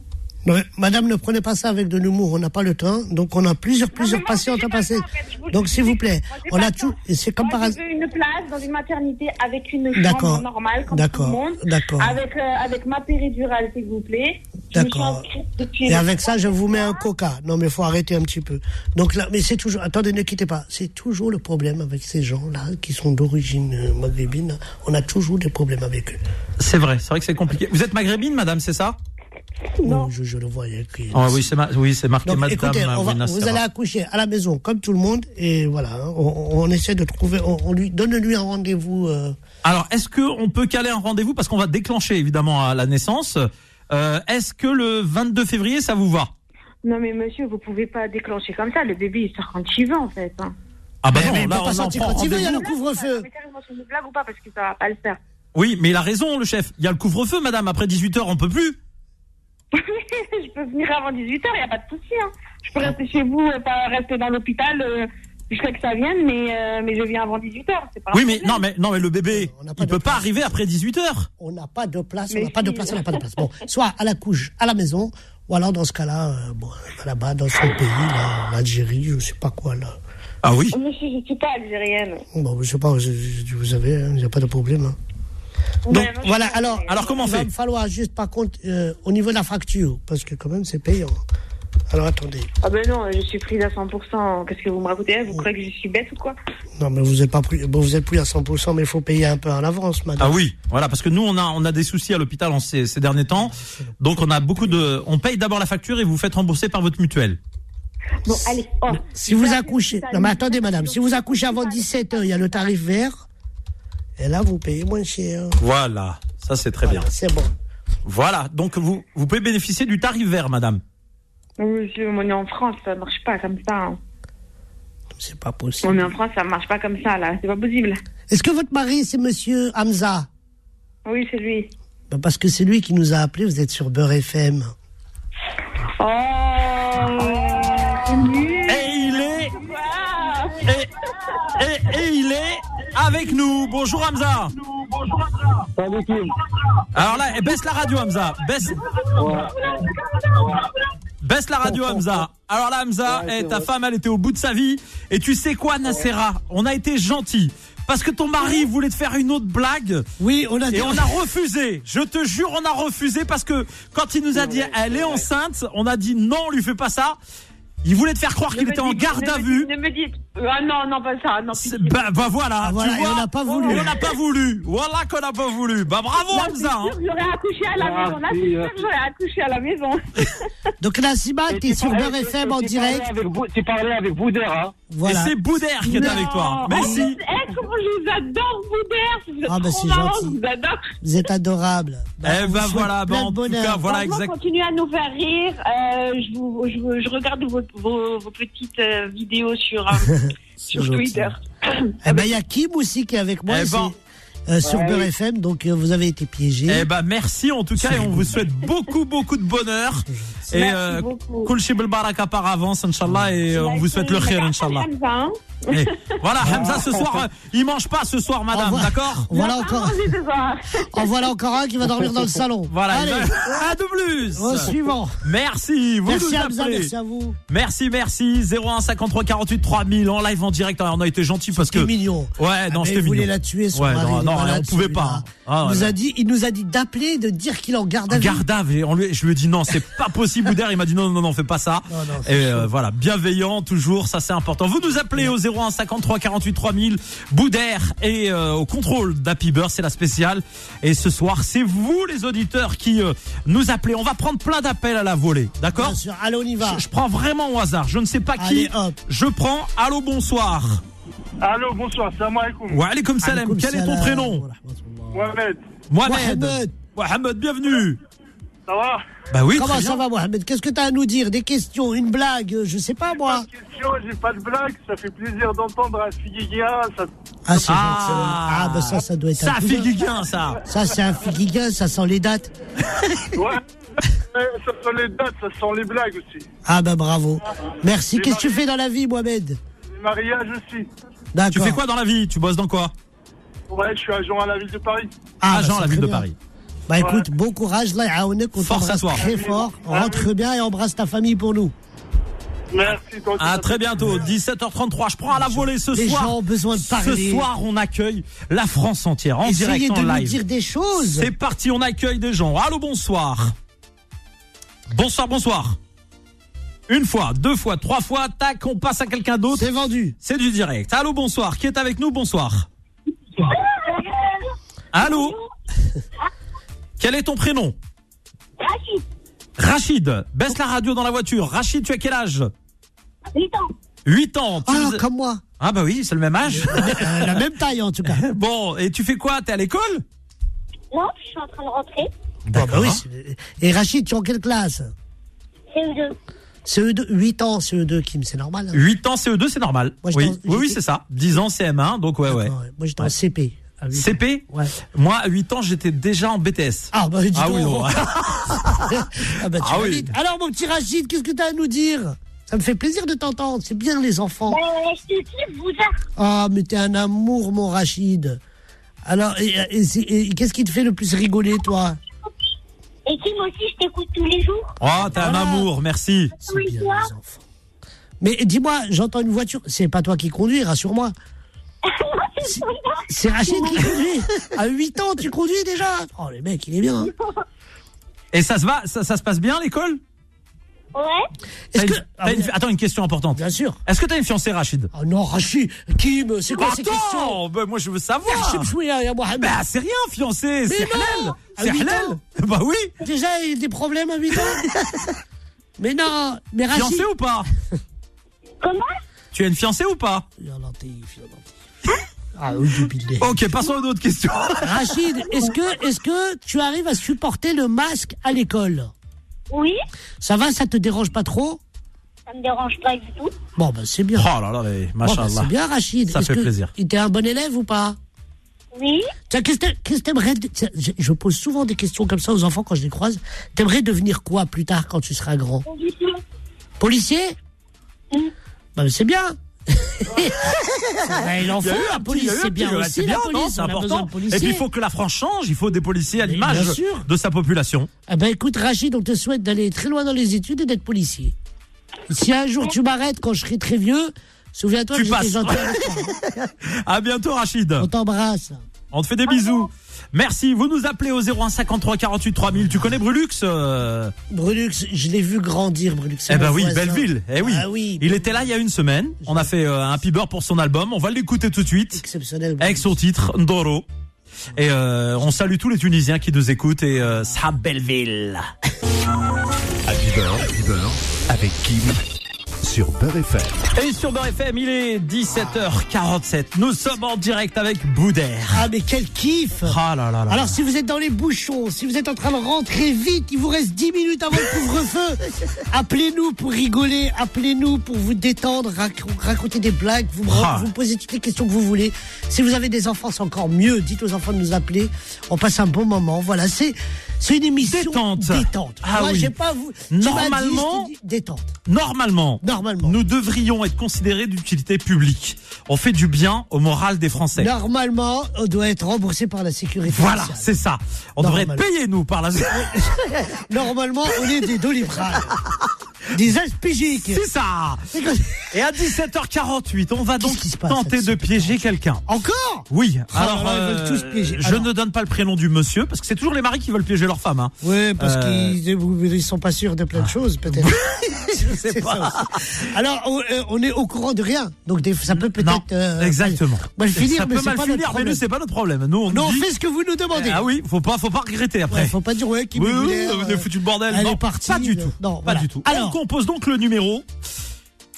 non, mais, madame, ne prenez pas ça avec de l'humour, on n'a pas le temps. Donc, on a plusieurs, plusieurs
moi,
patientes
j'ai
à
pas le
passer.
temps, en fait, je vous le
Donc,
dis.
s'il vous plaît,
Moi, j'ai
on
pas
a
le temps.
tout. C'est comme par
Moi,
hasard.
je veux une place dans une maternité avec une
D'accord.
chambre normale, comme tout
D'accord.
le monde.
D'accord.
Avec, euh, avec ma péridurale, s'il vous plaît. Je me suis
D'accord.
inscrite depuis
Et
le
avec ça, je vous mets un
mois.
coca. Non, mais faut arrêter un petit peu. Donc là, mais c'est toujours. Attendez, ne quittez pas. C'est toujours le problème avec ces gens-là qui sont d'origine euh, maghrébine. On a toujours des problèmes avec eux.
C'est vrai, c'est vrai que c'est compliqué. Vous êtes maghrébine, madame, c'est ça
Oui,
Non.
Oh, Je, je le voyais. qui-
Ah oui, c'est ma- oui, c'est marqué
Donc,
madame.
écoutez, on va-
Wina
vous
Serra.
allez accoucher à la maison comme tout le monde et voilà. hein, on, on essaie de trouver. On, on lui donne lui un rendez-vous. euh,
Alors, est-ce que on peut caler un rendez-vous parce qu'on va déclencher évidemment à la naissance Euh, Est-ce que le 22 février ça vous va
Non, mais monsieur, vous pouvez pas déclencher comme ça. Le bébé, il sort quand il veut, en fait. hein.
Ah bah
mais-
non,
mais il
là
Ben peut pas
on en
sortir
prend
quand il veut. Il y a
rendez-vous.
le couvre-feu.
Mais sérieusement, c'est une blague ou pas Parce que ça va pas le faire.
Oui, mais il a raison le chef. Il y a le couvre-feu, madame. Après 18 h on peut plus.
je peux venir avant 18h, il n'y a pas de souci. hein. Je peux rester chez vous, euh, pas rester dans l'hôpital euh, jusqu'à que ça vienne, mais, euh, mais je viens avant 18h.
Oui, mais non, mais non, mais le bébé,
On n'a pas
il
de
peut pas
place.
arriver après 18 h
On n'a pas de place.
Mais
on n'a pas de
si.
place. On n'a pas de place. Bon, soit à la couche, à la maison, ou alors dans ce cas-là, euh, bon, là-bas, dans son pays, là, en Algérie, je sais pas quoi là.
Ah oui.
Monsieur, je ne suis pas algérienne.
Bon, je sais pas, je- je- vous savez, il n'y a pas de problème. hein. Donc,
Ouais, non, je
voilà,
suis
alors,
algérienne.
Alors comment on
il va
fait
me falloir juste, par contre, euh, au niveau de la fracture, parce que quand même, c'est payant. Alors, attendez.
Ah ben non, je suis prise à 100%. Qu'est-ce que vous me racontez hein? Vous croyez que je suis bête ou quoi
Non, mais vous êtes pas pris, bon, vous êtes plus à 100%, mais il faut payer un peu en avance, madame.
Ah oui, voilà, parce que nous on a on a des soucis à l'hôpital en ces, ces derniers temps, donc on a beaucoup de, on paye d'abord la facture et vous faites rembourser par votre mutuelle.
Bon, allez, oh.
Si vous accouchez, non, mais attendez, madame, si vous accouchez avant 17h, il y a le tarif vert. Et là, vous payez moins cher.
Voilà, ça c'est très bien.
Voilà, c'est bon.
Voilà, donc vous vous pouvez bénéficier du tarif vert, madame.
Monsieur, on est en France, ça marche pas comme ça. hein.
C'est pas
On est
possible.
en France, ça marche pas comme ça, là. C'est pas possible.
Est-ce que votre mari, c'est monsieur Hamza
Oui, c'est lui.
Ben, Parce que c'est lui qui nous a appelé, vous êtes sur Beurre FM.
Oh C'est nul.
Et il est
Waouh.
et, et- et il est avec nous. Bonjour Hamza.
Salut Kim.
Alors là, eh, baisse la radio Hamza. Baisse, baisse la radio Hamza. Alors là Hamza,
Ouais,
eh,
c'est
ta
vrai.
femme elle était au bout de sa vie. Et tu sais quoi Nacera On a été gentil. Parce que ton mari voulait te faire une autre blague
Oui, on a dit.
et on a refusé. Je te jure, on a refusé parce que quand il nous a dit elle est enceinte, on a dit non, on lui fait pas ça. Il voulait te faire croire qu'il
Ne
était
me
en
dites-
garde
ne
à
me
vue.
dites- Ne me dites. Ah non, non, pas ça. Non,
C'est-
pitié.
Bah, bah voilà,
Ah, voilà,
tu
et
vois,
on n'a pas voulu.
On n'a pas voulu. Voilà qu'on n'a pas voulu. Bah bravo
Là,
Hamza.
c'est
hein.
sûr que J'aurais accouché à la
Ah,
maison. Là,
si,
c'est
euh.
sûr que j'aurais accouché à la maison.
Donc, Nassima, t'es sur Beurre FM en direct.
Tu parlais avec Boudère, hein
Voilà.
Et c'est Boudère qui est avec toi. Mais
Oh,
si.
mais- eh, comment je vous adore, Boudère. Vous êtes
ben,
Ah, bah,
trop
c'est
marrants,
gentil.
Je vous adore.
Vous êtes adorable.
Eh ben voilà, bah, en tout cas, voilà
Franchement,
exact.
continuez à nous faire rire. Euh, je, vous, je, vous- je regarde vos, vos, vos petites euh, vidéos sur, euh, sur Twitter.
Eh ben, il y a Kim aussi qui est avec moi.
Eh
ici,
ben.
euh, sur Beurre FM, donc euh, vous avez été piégé.
ben, Eh ben merci en tout cas et on vous souhaite beaucoup beaucoup de bonheur. Et
Merci
euh,
beaucoup.
Koul Shibel Baraka par avance, Inch'Allah. Et euh, on vous souhaite le khair, Inch'Allah.
Inch'Allah.
Et Eh, Voilà, Hamza, ce soir, euh, il mange pas ce soir,
En
madame,
voi-
d'accord
en Voilà encore, en voilà encore un qui va dormir dans le salon.
Voilà,
Allez,
à de plus
au suivant.
Merci, vous
Merci
nous
Hamza,
appelez.
merci à vous.
Merci, merci. 01 53 48 3000 en live en direct. Alors, on a été gentil parce que.
T'es mignon. Ah,
Ouais, non,
mais
c'était
vous voulez
mignon.
la tuer, son
Ouais,
mari.
non,
il est
non,
malade,
on pouvait pas,
celui-là.
hein. Ah,
il, nous
ouais.
a dit, il nous a dit d'appeler, de dire qu'il en garde à vue.
Garde à vue. Et on lui, je lui ai dit non, c'est pas possible. Ouder, il m'a dit non, non, non, fais pas ça.
Non, non,
et euh, voilà, bienveillant toujours, ça c'est important. Vous nous appelez au 01 53 48 3000. Boudère et euh, au contrôle d'Happy Bird, c'est la spéciale. Et ce soir, c'est vous les auditeurs qui euh, nous appelez. On va prendre plein d'appels à la volée, d'accord
Bien sûr. Allez, on y va.
Je, je prends vraiment au hasard. Je ne sais pas qui.
Allez, hop.
Je prends. Allô, bonsoir.
Allô, bonsoir, salam alaikum.
Ouais, allez comme salam.
Alaikum
Quel est ton
salam
prénom
wa rahmatullah.
Mohamed,
Mohamed.
Mohamed.
Mohamed, bienvenue.
ça va
Bah oui.
Comment
très
ça
bien.
va, Mohamed Qu'est-ce que t'as à nous dire Des questions, une blague, euh, je sais pas moi.
Pas de question, j'ai pas de blague, ça fait plaisir d'entendre un Figuiga, ça...
Ah, c'est gentil.
Ah.
Ah, ben ça, ça doit être
Ça
un
fait
boudin.
guiguin, ça.
Ça, c'est un figuiguin, ça sent les dates.
Ouais, Euh, ça sent les dates, ça sent les blagues aussi.
Ah, ben bravo. Merci.
Les
Qu'est-ce que tu
mariés.
fais dans la vie, Mohamed
Les mariages aussi.
D'accord.
Tu fais quoi dans la vie Tu bosses dans quoi
Ouais, je suis agent à la ville de Paris.
Ah,
Agent
bah,
à la ville
c'est très
de
bien.
Paris.
Bah écoute, bon courage, là, Aounek, on
Force à
t'embrasse
toi.
très fort. Rentre bien et embrasse ta famille pour nous.
Merci, toi aussi.
À Ah, très bientôt, 17h33. Je prends à la volée ce
Les
soir.
gens ont besoin de
Ce
parler.
soir, on accueille la France entière en
Essayez
direct
de
en
nous
live.
dire des choses.
C'est parti, on accueille des gens. Allô, bonsoir. Bonsoir, bonsoir. Une fois, deux fois, trois fois, tac, on passe à quelqu'un d'autre.
C'est vendu.
C'est du direct. Allô, bonsoir. Qui est avec nous Bonsoir. Allô Quel est ton prénom
Rachid,
Rachid, baisse la radio dans la voiture. Rachid, tu as quel âge
8 ans.
8 ans. Tu
Ah,
nous-
comme moi.
Ah bah oui, c'est le même âge.
Euh, la même taille en tout cas.
bon, et tu fais quoi T'es à l'école
Non, je suis en train de rentrer.
Ah bah oui, c'est- Et Rachid, tu es en quelle classe
CE2.
CE2, 8 ans, CE2, Kim, c'est normal. hein
8 ans CE2, c'est normal.
Moi,
oui,
j'étais en-
oui, oui,
j'étais-
c'est ça. 10 ans CM1, donc ouais, ouais.
D'accord, ouais. Moi j'étais en CP. à huit ans.
CP
Ouais.
Moi, à 8 ans, j'étais déjà en BTS.
Ah bah dis
Ah
donc.
oui, non.
Ah bah, tu
Ah
vas
oui.
vite. Alors mon petit Rachid, qu'est-ce que t'as à nous dire Ça me fait plaisir de t'entendre, c'est bien les enfants.
Euh, je te dis, vous êtes.
Ah mais t'es un amour mon Rachid. Alors et, et c'est- et qu'est-ce qui te fait le plus rigoler toi
Et Kim aussi, je t'écoute tous les jours.
Oh, t'es un
Voilà.
amour, merci.
C'est bien, les enfants. Mais dis-moi, j'entends une voiture. C'est pas toi qui conduis, rassure-moi.
Ah,
C'est- C'est Rachid qui conduit. À 8 ans, tu conduis déjà. Oh, le mec, il est bien. hein.
Et ça se va Ça, ça se passe bien à l'école
Ouais.
Est-ce
T'as
que.
une-
Ah,
t'as
oui,
une- Attends, une question importante.
Bien sûr.
Est-ce que t'as une fiancée, Rachid
Ah non, Rachid, Kim, c'est quoi ces questions
Attends bah, Moi, je veux savoir.
Rachid Chouia, hein, ya Mohamed.
Bah, c'est rien, fiancée. C'est
non
halal.
À
C'est
huit
halal.
ans.
Bah oui.
Déjà, il y a des problèmes à 8 ans. mais non, mais Rachid.
Fiancée ou pas
Comment
Tu as une fiancée ou pas
Ya Latif, ya Latif. Ah, oui, billah.
Ok, passons à d'autres questions.
Rachid, est-ce que, est-ce que tu arrives à supporter le masque à l'école
Oui.
Ça va, ça te dérange pas trop
Ça me dérange pas du tout.
Bon, bah, c'est bien.
Oh là là, mais
Bon, bah,
machallah.
c'est bien, Rachid.
Ça
Est-ce
fait
que
plaisir.
il- T'es un bon élève ou pas
Oui.
Tiens, qu'est-ce que qu'est-ce que t'aimerais de- tiens, je, je pose souvent des questions comme ça aux enfants quand je les croise. T'aimerais devenir quoi plus tard quand tu seras grand
Condition.
Policier
Mm.
Bah, mais c'est bien. Ben, il en
Il y
faut
a eu un petit- euh,
la
il y
police,
a eu un
c'est
petit-
bien
ouais,
aussi
c'est
la
bien, non,
police.
c'est
on a besoin
important.
de policiers.
Et puis il faut que la France change, il faut des policiers à
Mais
l'image
bien sûr.
de sa population.
Ah ben écoute, Rachid, on te souhaite d'aller très loin dans les études et d'être policier. Si un jour tu m'arrêtes quand je serai très vieux, souviens-toi
Tu
que j'étais
passes.
gentil avec toi.
À bientôt Rachid.
On t'embrasse.
On te fait des bisous. Merci, vous nous appelez au 01 53 48 3000. Tu connais Brulux euh
Brulux, je l'ai vu grandir, Brulux. c'est
Eh
mon
ben oui,
voisin.
Belleville. Eh oui.
Ah oui.
Il était là il y a une semaine. On a fait euh, un happy bird pour son album. On va l'écouter tout de suite
Exceptionnel.
avec son titre Ndoro. Et euh, on salue tous les Tunisiens qui nous écoutent et euh, Sa Belleville.
Happy Bird, Happy Bird, avec Kim sur Beurre FM.
Et sur Beurre FM, il est 17h47. Nous sommes en direct avec Boudère.
Ah mais quel kiff
Ah là là là.
Alors si vous êtes dans les bouchons, si vous êtes en train de rentrer vite, il vous reste 10 minutes avant le couvre-feu, appelez-nous pour rigoler, appelez-nous pour vous détendre, rac- raconter des blagues, vous, me-
Ah.
vous me posez toutes les questions que vous voulez. Si vous avez des enfants, c'est encore mieux, dites aux enfants de nous appeler, on passe un bon moment. Voilà, c'est C'est une émission
Détente.
détente.
Ah
Moi,
oui.
j'ai pas vou- tu m'as dit,
Normalement-
je t'ai dit détente.
Normalement,
Normalement.
nous devrions être considérés d'utilité publique. On fait du bien au moral des Français.
Normalement, on doit être remboursé par la sécurité
Voilà,
sociale.
c'est ça. On devrait
Normalement.
payer, nous, par la...
Normalement, on est des doliprane, des aspégiques.
C'est ça Et à 17h48, on va donc
Qu'est-ce qui se passe à
tenter de
17h48?
piéger quelqu'un.
Encore
Oui,
Ah,
alors,
alors, ils
euh,
veulent tous piéger.
je
Alors.
ne donne pas le prénom du monsieur, parce que c'est toujours les maris qui veulent piéger leur femme. Hein.
Oui, parce
Euh, Ah.
qu'ils ils sont pas sûrs de plein de choses, peut-être. je
sais pas.
Alors, on, euh, on est au courant de rien. Donc, des- ça peut
Non,
peut-être. euh,
exactement.
mal finir,
ça
mais
peut
c'est
mal
pas notre
finir, mais nous,
problème.
c'est pas notre problème. Nous, on
Non, on
dit...
fait ce que vous nous demandez.
Ah oui, faut pas, faut pas regretter après.
Ouais, faut pas dire, ouais, qui
Oui, oui,
m'égulère,
vous avez
euh,
foutu le bordel.
Elle
non,
est partie.
pas du
euh,
tout.
Non,
pas
voilà.
du tout. on
Alors,
compose donc le numéro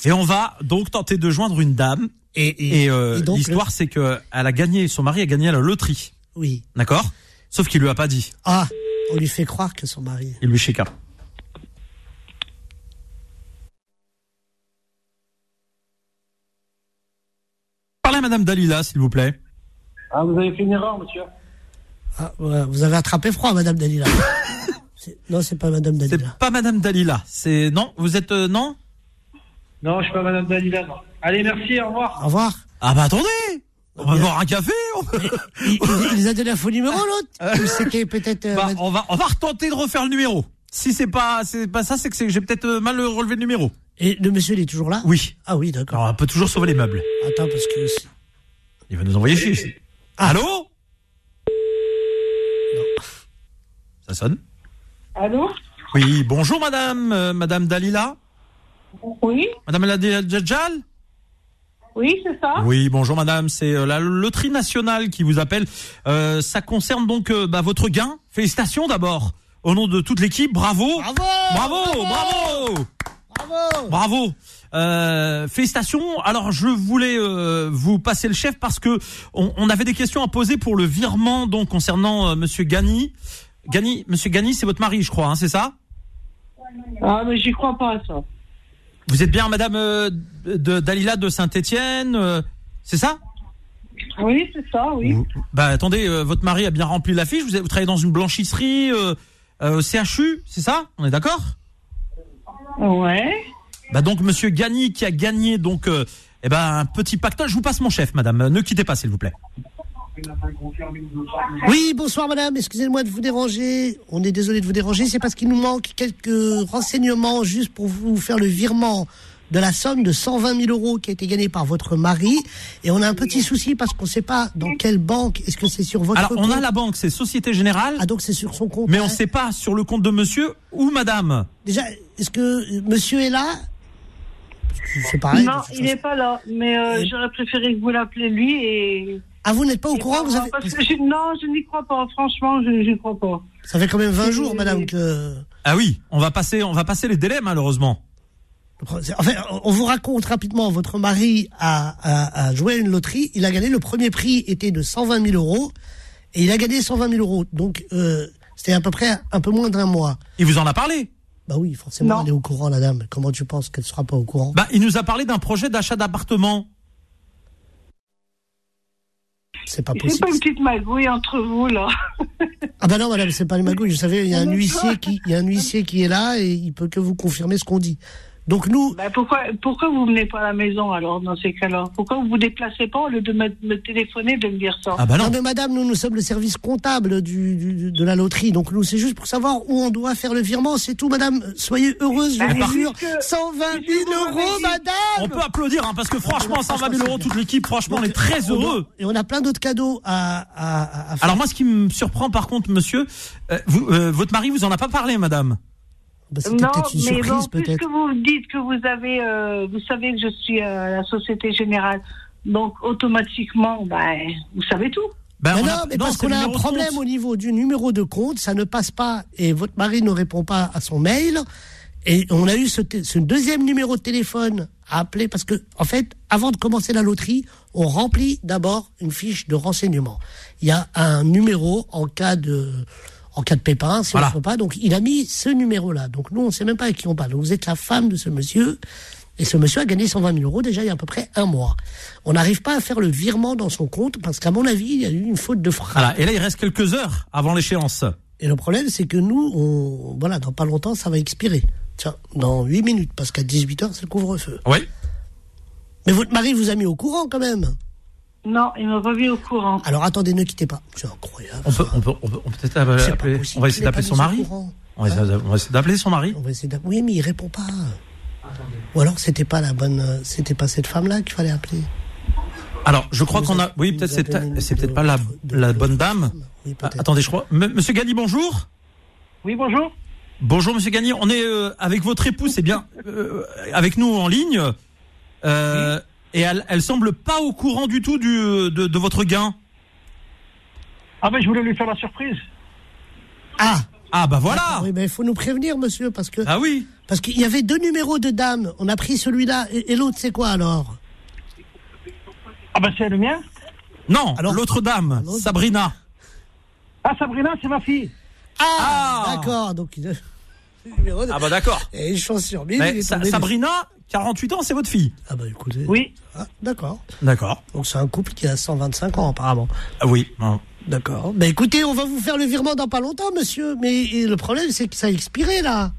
et on va donc tenter de joindre une dame.
et,
Et euh,
et donc,
l'histoire, c'est que elle a gagné, son mari a gagné à la loterie,
le- Oui.
d'accord Sauf qu'il lui a pas dit.
Ah, on lui fait croire que son mari.
Il lui chica. Parlez à Madame Dalila, s'il vous plaît.
Ah, vous avez fait une erreur, monsieur.
Ah, ouais, vous avez attrapé froid, Madame Dalila. C'est- non, c'est pas Madame
C'est
Dalila.
pas Madame Dalila, c'est non. Vous êtes euh, non
Non, je suis pas madame Dalila, non. Allez, merci, au revoir.
Au revoir.
Ah bah attendez, on va boire un café. on va-
Il, il- il nous a donné un faux numéro, l'autre. Ou C'était peut-être. euh,
Bah,
Mad-
on va on va retenter de refaire le numéro. Si c'est pas c'est pas ça, c'est que c'est- j'ai peut-être euh, mal relevé le numéro.
Et le monsieur, il est toujours là
Oui.
Ah oui, d'accord.
Alors, on peut toujours sauver les meubles.
Attends, parce que. c'est-
Il va nous envoyer chier. Allô Ça sonne
Allô
Oui, bonjour madame, euh, madame Dalila.
Oui,
Madame Dalila Djadjal
oui, c'est
Ah.
ça.
Oui, bonjour madame, c'est euh, la loterie nationale qui vous appelle. Euh, ça concerne donc euh, bah, votre gain. Félicitations d'abord. Au nom de toute l'équipe, bravo.
Bravo
Bravo, bravo,
Bravo
bravo. Euh, félicitations. Alors je voulais euh, vous passer le chef parce que on, on avait des questions à poser pour le virement donc concernant euh, Monsieur Gani. Gani, Monsieur Gani, c'est votre mari, je crois, hein, c'est ça
Ah, mais j'y crois pas, ça.
Vous êtes bien Madame euh, de Dalila de Saint-Étienne, euh, c'est ça
Oui, c'est ça, oui.
Vous- Bah attendez, euh, votre mari a bien rempli la fiche. Vous, êtes- vous travaillez dans une blanchisserie euh, euh, CHU, c'est ça On est d'accord
Ouais.
Bah donc Monsieur Gagny qui a gagné donc euh, eh ben un petit pactole. Je vous passe mon chef, Madame. Euh, Ne quittez pas s'il vous plaît.
Oui, bonsoir madame, excusez-moi de vous déranger. On est désolé de vous déranger, c'est parce qu'il nous manque quelques renseignements juste pour vous faire le virement de la somme de 120 000 euros qui a été gagnée par votre mari. Et on a un petit souci parce qu'on ne sait pas dans quelle banque. Est-ce que c'est sur votre
Alors on
compte
a la banque, c'est Société Générale,
Ah donc c'est sur son compte.
mais on
hein.
sait pas sur le compte de Monsieur ou Madame.
Déjà, est-ce que euh, monsieur est là C'est
Ah,
pareil. de
Non,
toute
il n'est
façon.
pas là, mais euh, j'aurais préféré que vous l'appelez lui et.
Ah vous n'êtes pas au
et
courant
pas
vous
moi,
avez...
parce que je- Non, je n'y crois pas, franchement, je n'y crois pas.
Ça fait quand même 20 jours madame que...
Ah oui, on va passer, on va passer les délais malheureusement.
Enfin, on vous raconte rapidement, votre mari a, a- a joué à une loterie, il a gagné, le premier prix était de 120 000 euros, et il a gagné 120 000 euros, donc euh, c'était à peu près un peu moins d'un mois.
Il vous en a parlé
Bah oui, forcément,
Non.
elle est au courant, la dame. Comment tu penses qu'elle sera pas au courant
Bah il nous a parlé d'un projet d'achat d'appartement.
C'est pas
C'est
possible.
pas une petite magouille entre vous, là.
Ah bah non, madame, c'est pas les magouilles. Vous savez, il y a un huissier qui, il y a un huissier qui est là et il peut que vous confirmer ce qu'on dit. Donc nous,
Ben, pourquoi, pourquoi vous venez pas à la maison, alors, dans ces cas-là Pourquoi vous vous déplacez pas au lieu de me, me téléphoner, de me dire ça
Ah bah
Non.
non.
mais madame, nous, nous sommes le service comptable du, du- de la loterie. Donc, nous, c'est juste pour savoir où on doit faire le virement. C'est tout, madame. Soyez heureuse, je
Bah,
vous
mais
jure.
puisque-
120
puisque
000
vous m'avez
euros,
dit-
madame
On peut applaudir hein, parce que franchement, 120
non, franchement,
000
c'est
euros toute l'équipe, franchement, on est très
Donc,
heureux.
Et on a plein d'autres cadeaux à, à- à- à faire.
Alors moi, ce qui me surprend par contre, monsieur, euh, vous, euh, votre mari vous en a pas parlé, madame.
Bah, C'était
Non,
peut-être une
mais
surprise,
bon,
peut-être.
puisque vous dites que vous avez, euh, vous savez que je suis euh, à la Société Générale, donc automatiquement, ben, vous savez tout.
Ben,
Mais
on
non,
a-
mais
non,
parce
c'est
qu'on
le
a un
numéro de
problème
compte.
au niveau du numéro de compte, ça ne passe pas et votre mari ne répond pas à son mail. Et on a eu ce, té- ce deuxième numéro de téléphone à appeler parce que, en fait, avant de commencer la loterie, on remplit d'abord une fiche de renseignement. Il y a un numéro en cas de, en cas de pépin, si
Voilà.
on ne peut pas. Donc, il a mis ce numéro-là. Donc, nous, on ne sait même pas à qui on parle. Donc, vous êtes la femme de ce monsieur. Et ce monsieur a gagné 120 000 euros déjà il y a à peu près un mois. On n'arrive pas à faire le virement dans son compte parce qu'à mon avis, il y a eu une faute de frappe.
Voilà, et là, il reste quelques heures avant l'échéance.
Et le problème, c'est que nous, on, voilà, dans pas longtemps, ça va expirer. Tiens, dans 8 minutes, parce qu'à 18h, c'est le couvre-feu.
Oui.
Mais votre mari vous a mis au courant quand même.
Non, il me remet au courant.
Alors attendez, ne quittez pas. C'est incroyable.
On peut, on peut, on peut, on peut peut-être appeler-
C'est pas possible
on va essayer
qu'il ait
d'appeler
pas
son
mis au
mari.
courant.
On va essayer- on va essayer d'appeler son mari.
On va essayer d'app- Oui, mais il répond pas. Ou alors c'était pas la bonne, euh, c'était pas cette femme-là qu'il fallait appeler.
Alors, je crois
Vous
qu'on a.
avez-
Oui,
vous
peut-être
avez
c'est
donné
c'est
le
peut-être pas
numéro
la,
de-
la
de-
bonne dame.
Oui,
Ah,
peut-être.
Attendez, je crois. M- Monsieur Gagny, bonjour.
Oui, bonjour.
Bonjour, Monsieur Gagny. On est euh, avec votre épouse, c'est bien, euh, avec nous en ligne. Euh, Et elle, elle semble pas au courant du tout du, euh, de, de votre gain.
Ah ben je voulais lui faire la surprise.
Ah,
Ah bah voilà.
oui, mais il faut nous prévenir, monsieur, parce que
Ah oui.
parce qu'il y avait deux numéros de dames. On a pris celui-là et, et l'autre, c'est quoi alors
Ah ben c'est le mien
Non.
Alors-
L'autre dame,
L'autre-
Sabrina.
Ah Sabrina, c'est ma fille.
Ah.
D'accord, donc il a- le numéro de-
Ah bah d'accord.
et une chance sur mille. il
Mais
est
Sa-
tombé dessus.
Sabrina, 48 ans, c'est votre fille.
Ah bah écoutez.
Oui.
Ah, d'accord.
D'accord.
Donc c'est un couple qui a 125 ans apparemment.
Ah oui. hein.
D'accord. Bah écoutez, on va vous faire le virement dans pas longtemps, monsieur. Mais et le problème, c'est que ça a expiré là.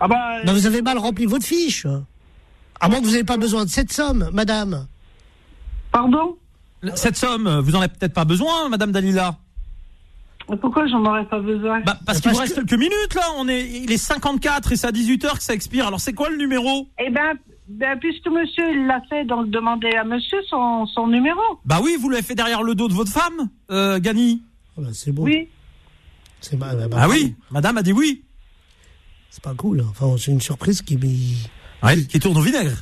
Ah ben
Non, vous avez mal rempli votre fiche. À moins que vous n'ayez pas besoin de cette somme, madame.
Pardon
Cette somme, euh, vous en avez peut-être pas besoin, Madame Dalila.
Mais Pourquoi j'en aurais pas besoin
Bah, parce qu'il
Bah,
vous
parce
reste quelques minutes là, on est, il est 54 et c'est à 18h que ça expire. Alors c'est quoi le numéro
Eh ben, ben, puisque monsieur il l'a fait, donc demandez à monsieur son, son numéro.
Bah oui, vous l'avez fait derrière le dos de votre femme, euh, Gani.
Ah bah, c'est bon.
Oui.
C'est pas, bah, bah,
Ah oui, Madame a dit oui.
C'est pas cool. hein. Enfin, c'est une surprise qui. mais-
Ouais, qui tourne au vinaigre.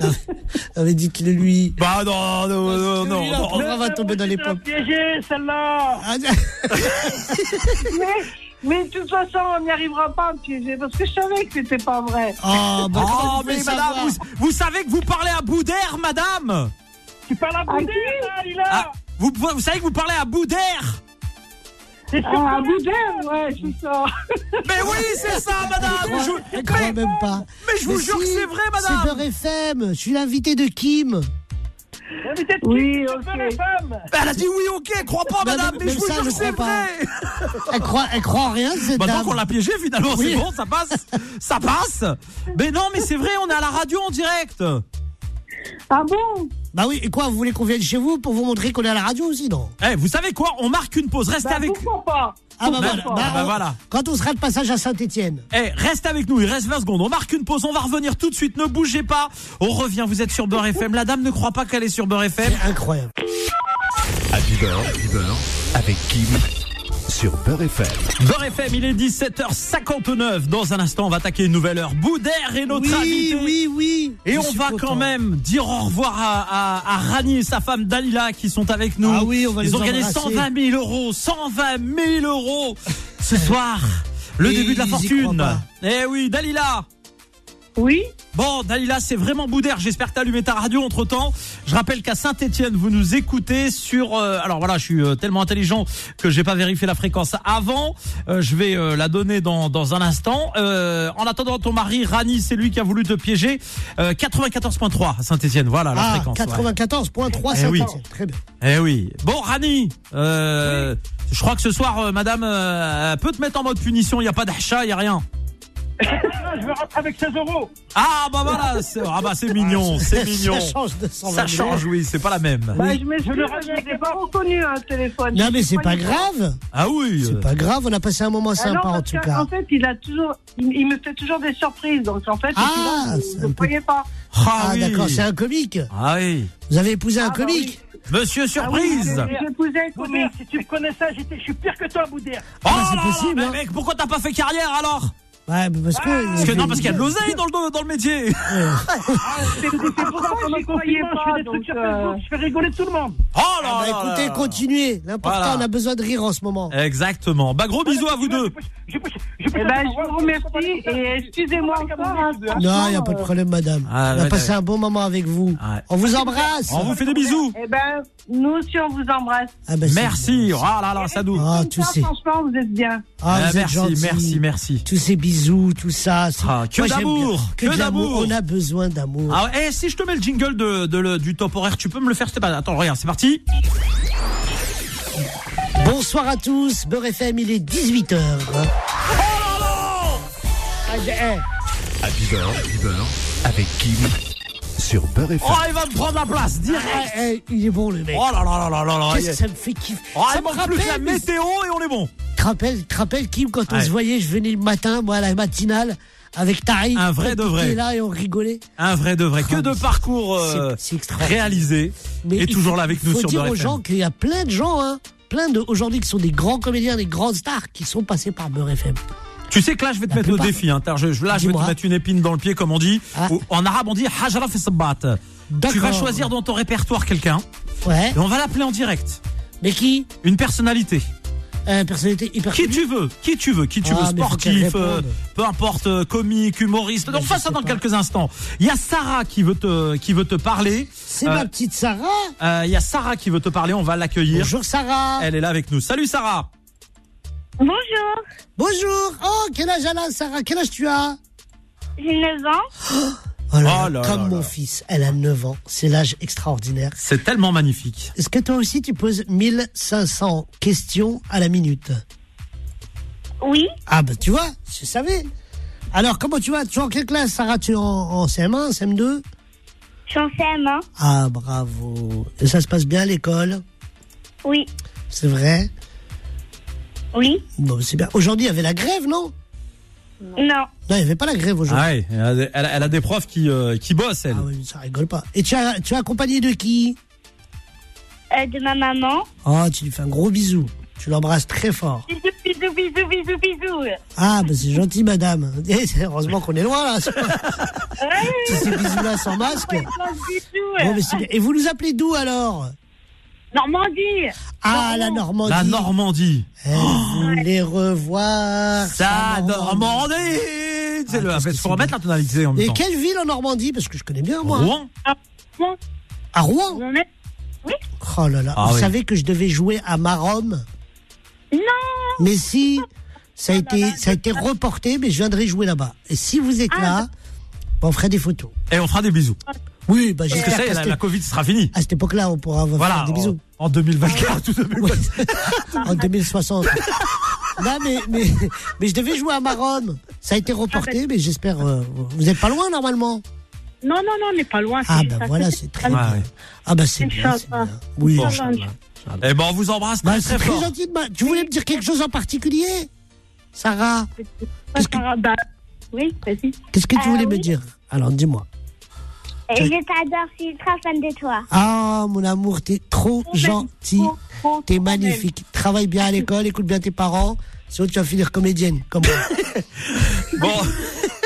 Non, avait dit qu'il lui.
Bah non, Euh, non, non, non.
Celui-là,
non.
on va tomber dans les pommes.
Piégé, celle-là
Ah,
mais, mais de toute façon, on n'y arrivera pas à me piéger, parce que je savais que c'était pas vrai.
Ah, bah, comment
Oh,
vous
mais
pouvez savoir
madame, vous, vous savez que vous parlez à bout d'air, madame
tu parles à
À
Boudin,
qui
là, il a
Ah, vous, vous savez que vous parlez à bout d'air
C'est sûr
Ah, à
que-
Boudin, ouais, c'est ça.
Mais oui, c'est ça, madame Ah, je,
Je crois
mais,
même pas.
mais je vous jure que
si,
c'est vrai,
C'est
madame
Beurre FM. Je suis l'invité de Kim.
Ouais, mais t'es
Oui,
petite,
ok.
t'es belle femme.
Elle a dit oui, ok, crois pas,
Bah,
madame,
même-
mais je
même
vous
ça,
jure
je
que c'est
crois pas.
vrai
Elle croit, elle croit en rien, cette
Bah, tant
dame.
qu'on l'a piégé, finalement,
Oui.
c'est bon, ça passe. Ça passe. Mais non, mais c'est vrai, on est à la radio en direct.
Ah bon
Bah oui, et quoi, vous voulez qu'on vienne chez vous pour vous montrer qu'on est à la radio aussi, non
Eh, vous savez quoi On marque une pause. Restez
Bah,
Ben,
avec.
Pourquoi pas
Ah bah,
Bah,
voilà.
bah, bah,
on-
voilà.
Quand on sera de passage à Saint-Etienne.
Eh, reste avec nous, il reste 20 secondes. On marque une pause, on va revenir tout de suite, ne bougez pas. On revient, vous êtes sur Beurre FM. La dame ne croit pas qu'elle est sur Beurre FM.
Incroyable.
Happy Beurre, avec Kim sur Beurre FM.
Beurre FM, il est 17h59. Dans un instant, on va attaquer une nouvelle heure. Boudère et notre
oui,
invité.
oui, oui.
Et
Je
on
suis
va
content.
quand même dire au revoir à, à, à Rani et sa femme Dalila qui sont avec nous.
Ah oui, on va
Ils
les
ont gagné
embrasser.
120 000 euros, 120 000 euros ce soir. Le
Et
début de la
ils y croient
fortune.
pas.
Eh oui, Dalila.
Oui
Bon, Dalila, c'est vraiment Boudère. J'espère que t'as allumé ta radio entre temps. Je rappelle qu'à Saint-Etienne, vous nous écoutez sur. euh, alors voilà, je suis euh, tellement intelligent que j'ai pas vérifié la fréquence avant. Euh, je vais euh, la donner dans, dans un instant. Euh, en attendant, ton mari, Rani, c'est lui qui a voulu te piéger. Euh, 94.3 à Saint-Etienne, voilà la
Ah,
fréquence. ouais.
94.3
Eh oui.
Saint-Etienne. Très bien.
Eh oui. Bon, Rani, euh, je crois que ce soir, euh, madame euh, elle peut te mettre en mode punition. Il n'y a pas d'achat, il n'y a rien.
Ah, je vais rentrer avec 16 euros.
Ah, bah voilà, c'est ah, bah, c'est mignon, c'est mignon.
Ça change de 120
Ça
000 euros.
change, oui, c'est pas la même.
Bah, je
Je
m'excuse,
le
mais je
rajouterai
n'ai
pas.
pas reconnu un téléphone.
Non, mais c'est
Moi,
pas
je-
grave.
Ah oui.
C'est pas grave, on a passé un moment
Ah non,
sympa en
parce
tout
que,
cas.
En fait, il a toujours, il, il me fait toujours des surprises. Donc en fait,
Ah,
celui-là,
c'est
je
un
ne
peu-
croyais pas.
Ah,
oui.
d'accord, c'est un comique.
Ah oui.
Vous avez épousé un
Ah, bah
comique
Monsieur
Ah oui,
surprise.
j'ai- J'épousais comme
Boudin, si tu me connais ça, j'étais- je suis pire que toi, Boudin.
Oh
bah, c'est
là là,
possible,
mais
hein. Ah,
mec, pourquoi t'as pas fait carrière alors
Ouais, mais parce que.
Ah.
Parce que non, parce qu'il y a de l'oseille dans le dans le métier.
C'est pour ça pendant
j'y
le
croyais
confinement, je
pas,
fais des trucs
donc,
sur
euh,
Facebook, je fais rigoler tout le monde.
Oh là
Ah, bah
là là
écoutez,
là.
continuez. L'important,
Voilà.
on a besoin de rire en ce moment.
Exactement. Bah gros bisous à vous deux.
Je peux- je peux-
Eh ben, je vous remercie et excusez-moi encore. hein,
Ah,
Non, il n'y a
franchement,
pas de
euh,
problème, madame.
Ah,
on a
ouais, Ah,
passé un bon moment avec vous.
Ouais.
On vous embrasse.
On vous fait des bisous.
Eh ben, nous aussi, on vous embrasse.
Ah, bah, c'est
Merci.
bien.
Oh là là, ça nous.
Ah,
Comme
tu
ça,
sais.
Franchement, vous êtes bien.
Ah,
Ah,
vous êtes
merci,
gentil.
merci, merci.
Tous ces bisous, tout ça. c'est-
Ah, que
Moi, j'aime
d'amour,
bien.
que
de l'amour.
d'amour.
On a besoin d'amour.
Ah, eh, si je te mets le jingle de, de le- du top horaire, tu peux me le faire, s'il te plaît. Attends, regarde, c'est parti. Ah.
Bonsoir à tous, Beurre FM, il est 18h.
Oh
Ah,
Happy Beurre, Happy Beurre, avec Kim sur Beurre FM.
Oh, il va me prendre la place, direct.
eh, il est bon le mec.
Oh là là là là là là.
Qu'est-ce
il
que
est-
ça me fait kiffer
Oh, il
Ça me
manque plus que la
rappelle,
météo et on est bon.
te rappelles, te rappelles, Kim, quand on
Ouais.
se voyait, je venais le matin, moi, à la matinale, avec Tari.
Un vrai de vrai.
On était là et on rigolait.
Un vrai de vrai. Que
Oh,
de
mais
parcours euh,
c'est- c'est extraordinaire.
réalisés
Mais
et
il
toujours
faut-
là avec nous
faut
sur
dire
Beurre
aux
FM.
gens qu'il y a plein de gens, hein, plein de aujourd'hui qui sont des grands comédiens, des grandes stars qui sont passés par Beurre FM.
Tu sais que là, je vais te
La
mettre
plupart.
le défi. Hein. T'as- Je, je- là, je vais te
Dis-moi.
mettre une épine dans le pied, comme on dit.
Ah.
Ou- en arabe, on dit Hajra fi sabbat. Tu vas
D'accord.
choisir dans ton répertoire quelqu'un
Ouais.
et on va l'appeler en direct.
Mais qui
Une personnalité.
Euh, Personnalité hyper
Qui
connue.
tu veux Qui tu veux Qui tu
Ah,
veux
mais faut qu'elle
Sportif, euh,
réponde.
peu importe, euh, comique, humoriste.
Mais
on
je
fait ça
sais
dans
pas.
quelques instants. Il y a Sarah qui veut te, qui veut te parler.
C'est
Euh,
ma petite Sarah.
euh, Il y a Sarah qui veut te parler. On va l'accueillir.
Bonjour Sarah.
Elle est là avec nous. Salut Sarah.
Bonjour,
Bonjour. Oh, quel âge elle a Sarah Quel âge tu as
j'ai 9 ans.
Oh
Oh là
Comme
là
mon
là.
fils, elle a 9 ans. C'est l'âge extraordinaire.
C'est tellement magnifique.
Est-ce que toi aussi tu poses 1500 questions à la minute
Oui,
Ah ben tu vois, je savais. Alors comment tu vas Tu es en quelle classe Sarah Tu es en, en CM1, CM2
je suis en CM1.
Ah bravo. Et ça se passe bien à l'école
Oui,
C'est vrai
oui,
Bon c'est bien. Aujourd'hui il y avait la grève non
non,
Non il n'y avait pas la grève aujourd'hui.
Ah ouais, elle, a des- elle a- elle a des profs qui, euh, qui bossent, elle.
Ah oui, ça rigole pas. Et tu as, tu as accompagné de qui
Euh, de ma maman.
Oh, tu lui fais un gros bisou. Tu l'embrasses très fort.
Bisous, bisous, bisous, bisous, bisous.
Ah, bah c'est gentil, madame. Eh, c'est- Heureusement qu'on est loin, là. Tous ces bisous-là sans masque.
Plein de bisous.
Bon, mais c'est bien. Et vous nous appelez d'où, alors
Normandie.
Ah, la Normandie.
La Normandie.
Eh, vous les revoir.
Ça,
la Ah,
Normandie C'est le.
qu'est-ce que
Il
c'est
faut remettre la tonalité en même
Et
temps.
quelle ville en Normandie Parce que je connais bien, moi.
Rouen
Bon,
À Rouen
on est...
Oh là là.
Ah
vous
oui.
savez que je devais jouer à Marom
Non Oh
Mais si, ça a, été, ça a été reporté, mais je viendrai jouer là-bas. Et si vous
Ah,
êtes là, on ferait des photos.
Et on fera des bisous.
Oui, bah
Parce que
j'espère
ça, y est,
qu'à
la,
cette-
la Covid sera finie.
à cette époque-là, on pourra vous
Voilà.
faire des bisous.
En, en 2024, tout de même.
en 2060. non, mais, mais, mais je devais jouer à Marom. Ça a été reporté, mais j'espère. euh, vous n'êtes pas loin normalement.
Ah, bah, Non, non, non, on n'est pas loin.
Ah,
c'est-
ben
ça-
voilà, c'est très
Ouais,
bien.
ouais.
Ah, ben c'est bien.
Inch'Allah.
c'est bien. Oui,
Bon.
Inch'Allah.
Eh ben, on vous embrasse
Bah,
très,
c'est
très
très
fort.
gentil de ma- Tu voulais me dire quelque chose en particulier Sarah, Qu'est-ce que-
Bah, oui, vas-y.
qu'est-ce que tu
Euh,
voulais me
oui.
dire Alors, dis-moi.
Et je t'adore, je suis très fan de toi.
Ah, mon amour, t'es trop gentil.
Oh, ben, Trop, trop,
T'es
trop
magnifique. Travaille bien à l'école, écoute bien tes parents. Sinon, tu vas finir comédienne, comme moi.
Bon,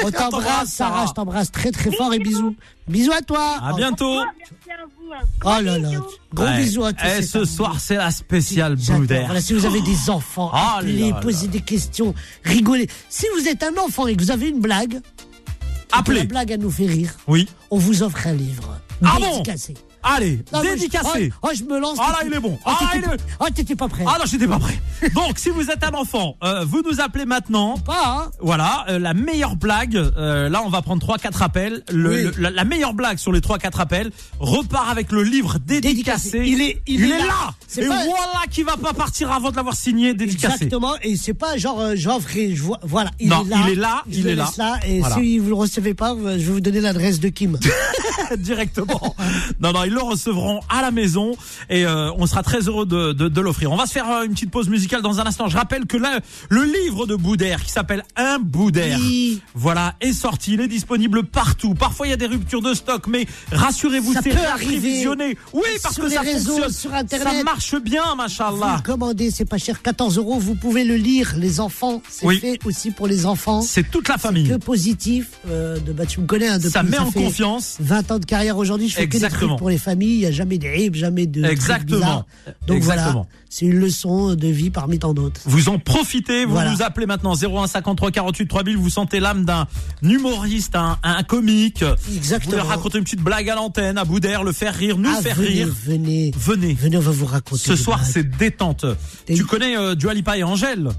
On
t'embrasse,
t'embrasse, Sarah.
Sarah.
Je t'embrasse très très fort et bisous. Bisous à toi.
à
Oh,
bientôt.
Merci à vous. hein.
Oh là là. Gros
Ouais.
bisous à tous.
Eh,
c'est
ce
un-
soir, c'est la spéciale
J'adore.
Boudère.
Voilà, si vous avez des enfants,
Oh là
appelez,
là.
posez des questions, rigolez. Si vous êtes un enfant et que vous avez une blague, et que La
Appelez.
blague à nous fait rire.
Oui.
On vous offre un livre.
Ah bon
Dédicacé.
Allez,
Non, moi, je-
dédicacé.
Oh, oh, je me lance.
Ah,
tout de
là,
suite.
il est bon.
Oh,
Ah,
t'étais-
il est-
oh, t'étais pas prêt.
Ah non, j'étais pas prêt. Donc, si vous êtes un enfant, euh, vous nous appelez maintenant.
Pas, hein.
Voilà, euh, la meilleure blague, euh, là on va prendre 3-4 appels, Le-
Oui.
le- la, la meilleure blague sur les 3-4 appels repart avec le livre dédicacé.
Dédicacé. Il est- il est là.
là
C'est
Et
pas-
voilà qui va pas partir avant de l'avoir signé dédicacé.
Exactement, et c'est pas genre euh, j'offre et je vois. Voilà, il
Non,
est là.
il est là,
je
il
le
est là.
laisse et
Voilà.
si vous le recevez pas, euh, je vais vous donner l'adresse de Kim.
Directement. non, non, ils le recevront à la maison et euh, on sera très heureux de, de- de l'offrir. On va se faire euh, une petite pause musicale dans un instant. Je rappelle que là, le livre de Boudère qui s'appelle Un Boudère.
Oui.
Voilà, est sorti, il est disponible partout. Parfois, il y a des ruptures de stock, mais rassurez-vous,
Ça
c'est
peut arriver.
révisionné. Oui, parce
Sur
que
les
ça
réseaux,
fonctionne.
sur Internet.
Ça marche bien,
Vous le
machallah.
commandez, c'est pas cher, 14 euros. Vous pouvez le lire, les enfants. C'est
Oui.
fait aussi pour les enfants.
C'est toute la famille.
Que positif. euh, de, bah, tu me connais. Hein, depuis,
Ça met en
fait
confiance.
20 ans de carrière aujourd'hui, je fais que des
Exactement.
trucs pour les familles. Il n'y a jamais de rib, jamais de. trucs
Exactement.
bizarres. Donc
Exactement.
voilà, c'est une leçon de vie parmi tant d'autres.
Vous en profitez, vous
Voilà.
nous appelez maintenant 01 53 48 3000, vous sentez l'âme d'un humoriste, un, un comique. Vous
Exactement.
voulez raconter une petite blague à l'antenne, à bout d'air, le faire rire, nous
Ah,
faire
venez,
rire.
Venez,
Venez.
venez, on va vous raconter.
Ce
des
soir,
blagues.
c'est détente.
Des-
Tu connais euh, Dua Lipa et Angèle,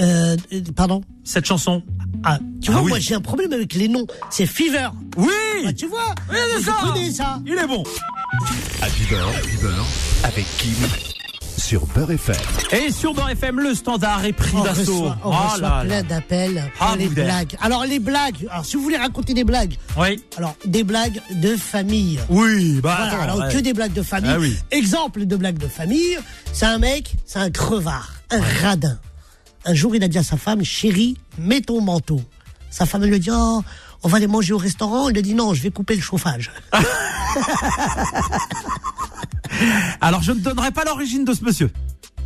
Euh, euh, pardon.
cette chanson
Ah, tu
Ah
vois,
oui.
moi j'ai un problème avec les noms. C'est Fever.
Oui
Ah, tu vois
Oui, c'est
Je
ça.
connais ça.
Il est bon
Happy Beurre, Happy Beurre, avec Kim sur Beurre FM.
Et sur Beurre FM, le standard est pris
On
d'assaut.
reçoit, on
Oh
reçoit
là là.
plein d'appels pour
Ah,
les
Boudère.
blagues. Alors les blagues, alors si vous voulez raconter des blagues,
Oui.
alors des blagues de famille.
Oui, bah
Voilà,
attends,
alors
ouais.
que des blagues de famille.
Ah oui.
Exemple de blague de famille, c'est un mec, c'est un crevard, un radin. Un jour, il a dit à sa femme, chérie, mets ton manteau. Sa femme elle lui a dit, Oh, on va aller manger au restaurant. Il lui a dit, non, je vais couper le chauffage.
Alors je ne donnerai pas l'origine de ce monsieur.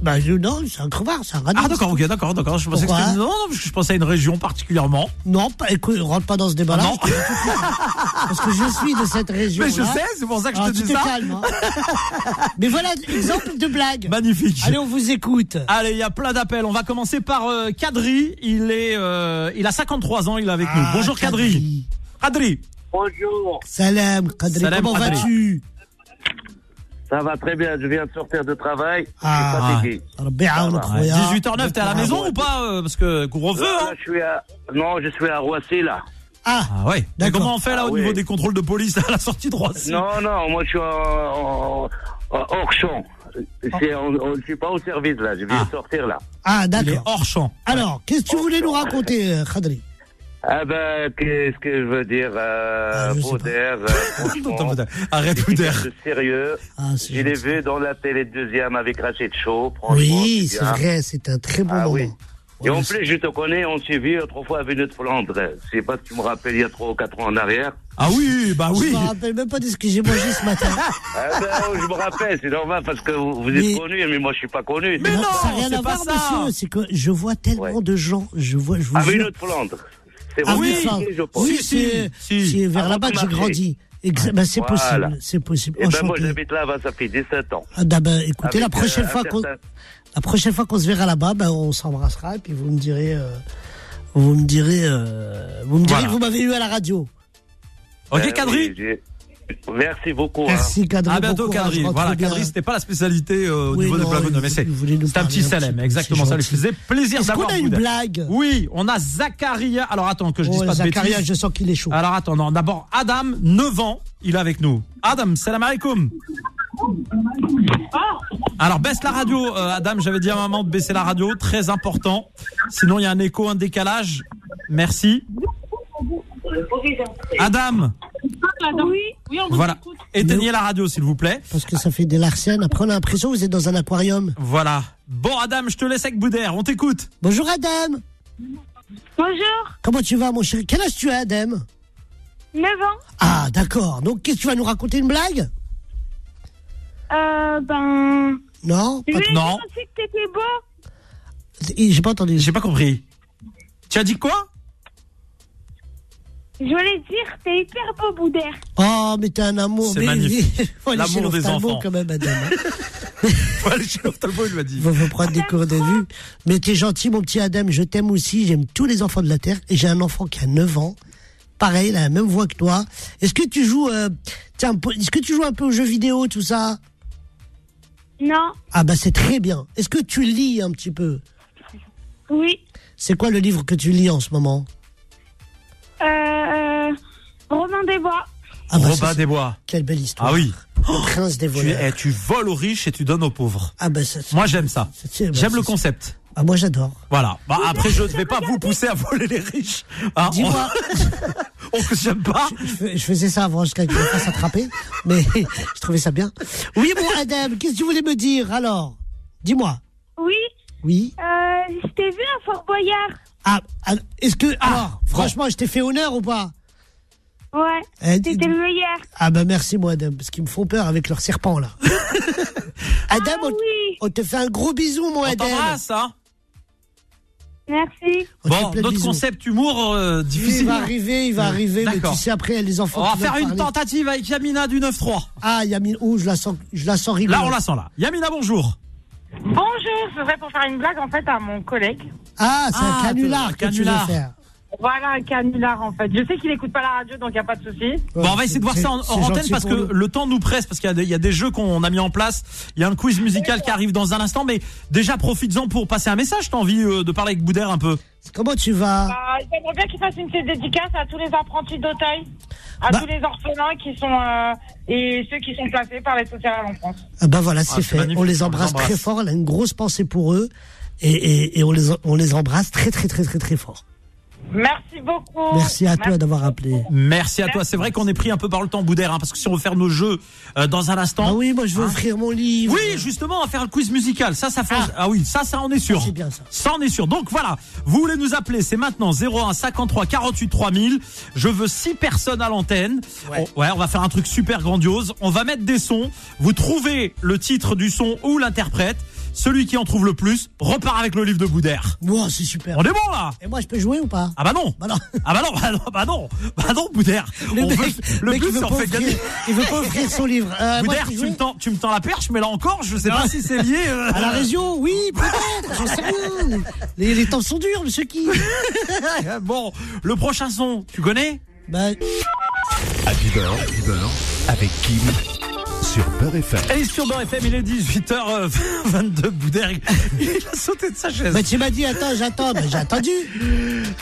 bah, je, non, c'est un crevard, c'est un radin.
Ah d'accord, ok, d'accord, d'accord. Je pensais que
Pourquoi
c'était- non, non, parce que je pensais à une région particulièrement.
Non, pas, écoute, rentre pas dans ce débat-là.
Ah, non.
je te dis tout de suite. Parce que je suis de cette région.
Mais je sais, c'est pour ça que je te
Ah, tu
dis
te
ça.
calmes. hein. Mais voilà, exemple de blague.
Magnifique.
Allez, on vous écoute.
Allez, il y a plein d'appels. On va commencer par euh, Kadri. Il est, euh, il a 53 ans. Il est avec nous.
Ah,
Bonjour Kadri. Kadri.
Bonjour.
Salam, Kadri,
Salam,
comment
Kadri.
vas-tu
Ça va très bien, je viens de sortir de travail.
Ah,
je suis fatigué.
Rabbi Aoun,
Ouais,
Khouya.
18h09. T'es à la maison
ouais.
ou pas euh, Parce que couvre-feu.
Là,
Hein
là, je suis à... Non, je suis à Roissy, là.
Ah,
ah ouais. Mais
D'accord.
comment on fait là
Ah
au
ouais.
niveau des contrôles de police à la sortie de Roissy
Non, non, moi, je suis en- en- en- hors champ. C'est en- en- Je suis pas au service, là. Je viens
Ah.
de sortir, là.
ah
Il est
d'accord.
hors champ.
Alors, qu'est-ce que tu voulais nous raconter, euh, Khadri
Ah ben, qu'est-ce que je veux dire
Ah,
euh,
je sais
Baudère, euh, franchement,
Attends, attends, Arrête
c'est
Ouder.
quelqu'un de sérieux.
ah, c'est
Je l'ai
gentil.
vu dans la télé deuxième avec Rachid Shaw.
Oh,
franchement,
Oui, c'est
hein.
bien.
vrai, c'est un très bon
Ah
moment.
oui. Et en
Ouais,
plus, je te connais, on s'est vu trois fois à Venue de Flandre. Je sais pas si tu me rappelles, il y a trois ou quatre ans en arrière.
Ah oui, bah
Je
oui.
me rappelle même pas de ce que j'ai mangé ce matin.
Ah ben, je me rappelle, c'est normal parce que vous, vous êtes
Mais-
connus, mais moi je suis pas connu.
Mais
Non,
non,
ça n'a rien
c'est
à
pas
voir,
ça.
monsieur. C'est que je vois tellement
Ouais.
de gens. Je vois, je vous
À
jure.
Venue de Flandre. C'est
Ah
vous
oui,
qui
enfin,
je pense.
oui,
Si,
c'est
si, si.
c'est vers
Avant
là-bas
de
que j'ai
marcher.
grandi. Exa- ben, c'est
Voilà.
possible, c'est possible.
Eh
Et ben, moi
Enchanté.
j'habite là-bas, ça fait 17 ans.
Ah, bah, bah, écoutez, la
Avec,
prochaine,
euh,
fois
un
qu'on,
certain-
la prochaine fois qu'on se verra là-bas, ben, on s'embrassera et puis vous me direz, euh, vous me direz, euh, vous me direz
Voilà.
que vous m'avez eu à la radio.
Ok
bah,
Ben
Kadri.
oui, j'ai- Merci beaucoup. hein.
Merci, Kadri.
À Ah,
bon
bientôt,
courage,
Kadri.
rentre
Voilà,
bien.
Kadri, c'était pas la spécialité euh, au
Oui,
niveau
non,
des plateaux de
il-
mais c'est
il voulait nous
c'est un
parler
petit
un petit
salem,
peu,
exactement.
c'est
Ça lui
gentil.
faisait plaisir
Est-ce qu'on
d'avoir
a une
Boudin.
blague
Oui, on a Zacharia. Alors attends, que je dise
Oh,
pas de
Zacharia,
bêtises. Ah.
je sens qu'il est chaud.
Alors attends, non, d'abord Adam, 9 ans, il est avec nous. Adam, salam alaikum. Alors baisse la radio, euh, Adam, j'avais dit à maman de baisser la radio, très important. Sinon il y a un écho, un décalage. Merci. Adam,
Oui, oui, on vous
voilà.
écoute.
Éteignez la radio s'il vous plaît.
Parce que ça fait des larcènes. Après, on a l'impression que vous êtes dans un aquarium.
Voilà. Bon Adam, je te laisse avec Boudère, on t'écoute.
Bonjour, Adam.
Bonjour,
Comment tu vas, mon chéri Quel âge tu as, Adam
9 ans.
Ah, d'accord. Donc, qu'est-ce que tu vas nous raconter une blague
Euh,
Oh,
ben.
Non pas-
Non,
Je pensais que t'étais beau.
J'ai pas entendu.
j'ai pas compris. Tu as dit quoi
Je voulais dire, t'es hyper beau, Boudère.
Oh, mais t'es un amour.
C'est
mais-
magnifique.
mais- Faut aller chez
L'amour des
l'ophtalmo
enfants.
quand même, madame.
Faut aller chez l'ophtalmo, il m'a dit.
Faut, faut prendre des cours de vue. Mais t'es gentil, mon petit Adam. Je t'aime aussi. J'aime tous les enfants de la Terre. Et j'ai un enfant qui a 9 ans. Pareil, il a la même voix que toi. Est-ce que tu joues, euh, tiens, po- est-ce que tu joues un peu aux jeux vidéo, tout ça
Non,
Ah bah c'est très bien. Est-ce que tu lis un petit peu
oui.
C'est quoi le livre que tu lis en ce moment
Euh. Romain Desbois.
Ah bah
Robin
ça, c'est-
des bois.
quelle belle histoire.
Ah oui.
Le prince des
Tu,
voleurs.
eh, tu voles aux riches et tu donnes aux pauvres.
Ah bah ça, c'est-
Moi, j'aime ça.
c'est- c'est- bah,
J'aime
c'est-
le concept.
Ah moi j'adore.
Voilà. Bah, après, je ne vais pas vous pousser à voler les riches. Hein,
Dis-moi.
on que j'aime pas.
Je fais- je faisais ça avant jusqu'à ce que je me fasse attraper, mais je trouvais ça bien. Oui, bon, Adam, qu'est-ce que tu voulais me dire alors Dis-moi.
Oui,
Oui.
euh, je t'ai vu à Fort Boyard.
Ah, alors, est-ce que. ah, alors,
bon.
franchement, je t'ai fait honneur ou pas
Ouais,
Eh, dis-
t'étais le meilleur.
Ah, bah merci, moi, Adam, parce qu'ils me font peur avec leurs serpents, là. Adam, on,
Ah Oui,
on te fait un gros bisou, mon
On
Adam.
t'embrasse, hein.
merci.
On te fait
Bon,
plein de
notre
bisous.
concept humour euh,
Il
difficile.
va arriver, il va arriver, mais tu
D'accord.
sais, après, les enfants.
On va
qui veulent
faire une
parler.
tentative avec Yamina du 9-3.
Ah, Yamine, oh, je la sens, je la sens rigoler.
Là, on la sent là. Yamina, bonjour.
Bonjour, c'est vrai pour faire une blague en fait à mon collègue.
Ah, c'est
Ah,
un canular
un
que tu veux
canular.
faire.
Voilà un canular en fait. Je sais qu'il écoute pas la radio donc il n'y a pas de souci.
Bon, on va essayer de voir
Bah, C'est-
ça en,
c'est
hors antenne
gentil
parce
pour
que
nous.
le temps nous presse, parce qu'il y a des- il y, a des jeux qu'on a mis en place. Il y a un quiz musical qui arrive dans un instant, mais déjà profites-en pour passer un message. T'as envie euh, de parler avec Boudère un peu
Comment tu vas
Bah, J'aimerais bien qu'il fasse une petite dédicace à tous les apprentis d'Auteuil, à
Bah-
tous les orphelins qui sont euh,
et ceux qui sont placés par l'aide sociale à l'enfance.
Ah ben voilà, c'est
c'est
fait.
magnifique,
On les embrasse très fort. On a une grosse pensée pour eux. Et, et, et on, les, on les embrasse très, très, très, très, très fort.
Merci beaucoup.
Merci à toi d'avoir appelé.
Merci à toi. C'est vrai qu'on est pris un peu par le temps, Boudère, hein, parce que si on veut faire nos jeux euh, dans un
Ah
instant.
oui, moi, je veux offrir mon livre.
Oui, justement, on va faire le quiz musical. Ça, ça fait. Ah, oui, ça, ça, on est sûr.
Ah, C'est bien, ça.
on est sûr. Donc voilà, vous voulez nous appeler, c'est maintenant 01 53 48 3000. Je veux six personnes à l'antenne.
Ouais.
On, ouais, on va faire un truc super grandiose. On va mettre des sons. Vous trouvez le titre du son ou l'interprète. Celui qui en trouve le plus repart avec le livre de Boudère.
Wow, c'est super.
On est bon là
Et moi, je peux jouer ou pas
Ah bah non
Bah non.
Ah bah non, bah non, bah non, bah non, Boudère.
Le
On
mec,
veut-
le mec,
but,
il veut
c'est
pas
on fait
offrir-
gagner.
il veut pas offrir son livre. Euh, moi, je
Boudère,
peux
tu
jouer
me, tends, tu me tends la perche, mais là encore, je sais pas si c'est lié. euh.
À la région, oui, peut-être, j'en sais rien. Les, les temps sont durs, monsieur qui
ah, bon, le prochain son, tu connais
Bah,
Happy Bird, Happy Bird, avec Kim sur Beurre FM.
Et sur Beurre FM, il est 18h22, Boudère. Il a sauté de sa chaise.
bah, tu m'as dit, attends, j'attends, bah, j'ai attendu.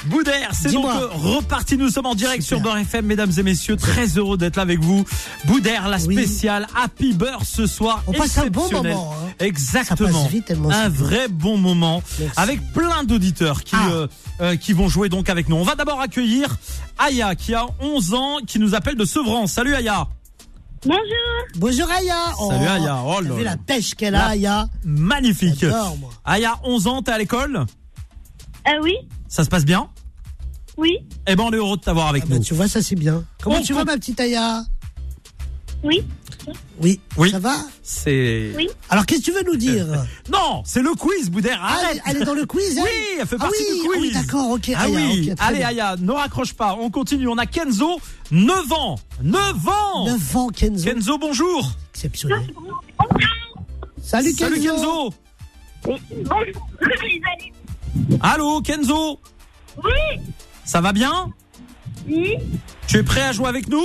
Boudère, c'est donc
Dis-moi.
euh, reparti. Nous sommes en direct
Super.
sur Beurre FM, mesdames et messieurs. Très heureux d'être là avec vous. Boudère, la
Oui.
spéciale Happy Beurre ce soir.
On passe un bon
Exceptionnel.
moment, hein.
Exactement.
Ça passe vite, tellement
un
c'est bon.
vrai bon moment.
Merci.
Avec plein d'auditeurs qui,
Ah.
euh, euh, qui vont jouer donc avec nous. On va d'abord accueillir Aya, qui a 11 ans, qui nous appelle de Sevran. Salut Aya.
Bonjour.
Bonjour Aya.
Salut, Aya. Oh
t'as
là
vu
là.
la pêche qu'elle a,
La-
Aya
Magnifique.
J'adore, moi.
Aya, 11 ans, t'es à l'école
Euh, oui,
Ça se passe bien
oui,
Eh ben, on est heureux de t'avoir avec
Ah bah,
nous.
tu vois, ça c'est bien. Comment
On
tu vas,
compte-
ma petite Aya
oui.
oui.
Oui.
ça va
C'est.
Oui.
Alors, qu'est-ce que tu veux nous dire
Non, c'est le quiz, Boudère.
Ah,
Arrête.
elle, elle est dans le quiz elle
Oui, elle fait
Ah
partie
oui,
du quiz.
ah oui, d'accord, ok.
Ah
Aya,
oui.
ok, très
Allez,
bien.
Aya, ne raccroche pas. On continue. On a Kenzo, 9 ans. 9 ans.
9 ans, Kenzo.
Kenzo, bonjour.
Exceptionnel. Salut Kenzo.
Salut Kenzo.
Bonjour les amis.
Allô, Kenzo.
Oui,
Ça va bien
oui,
Tu es prêt à jouer avec nous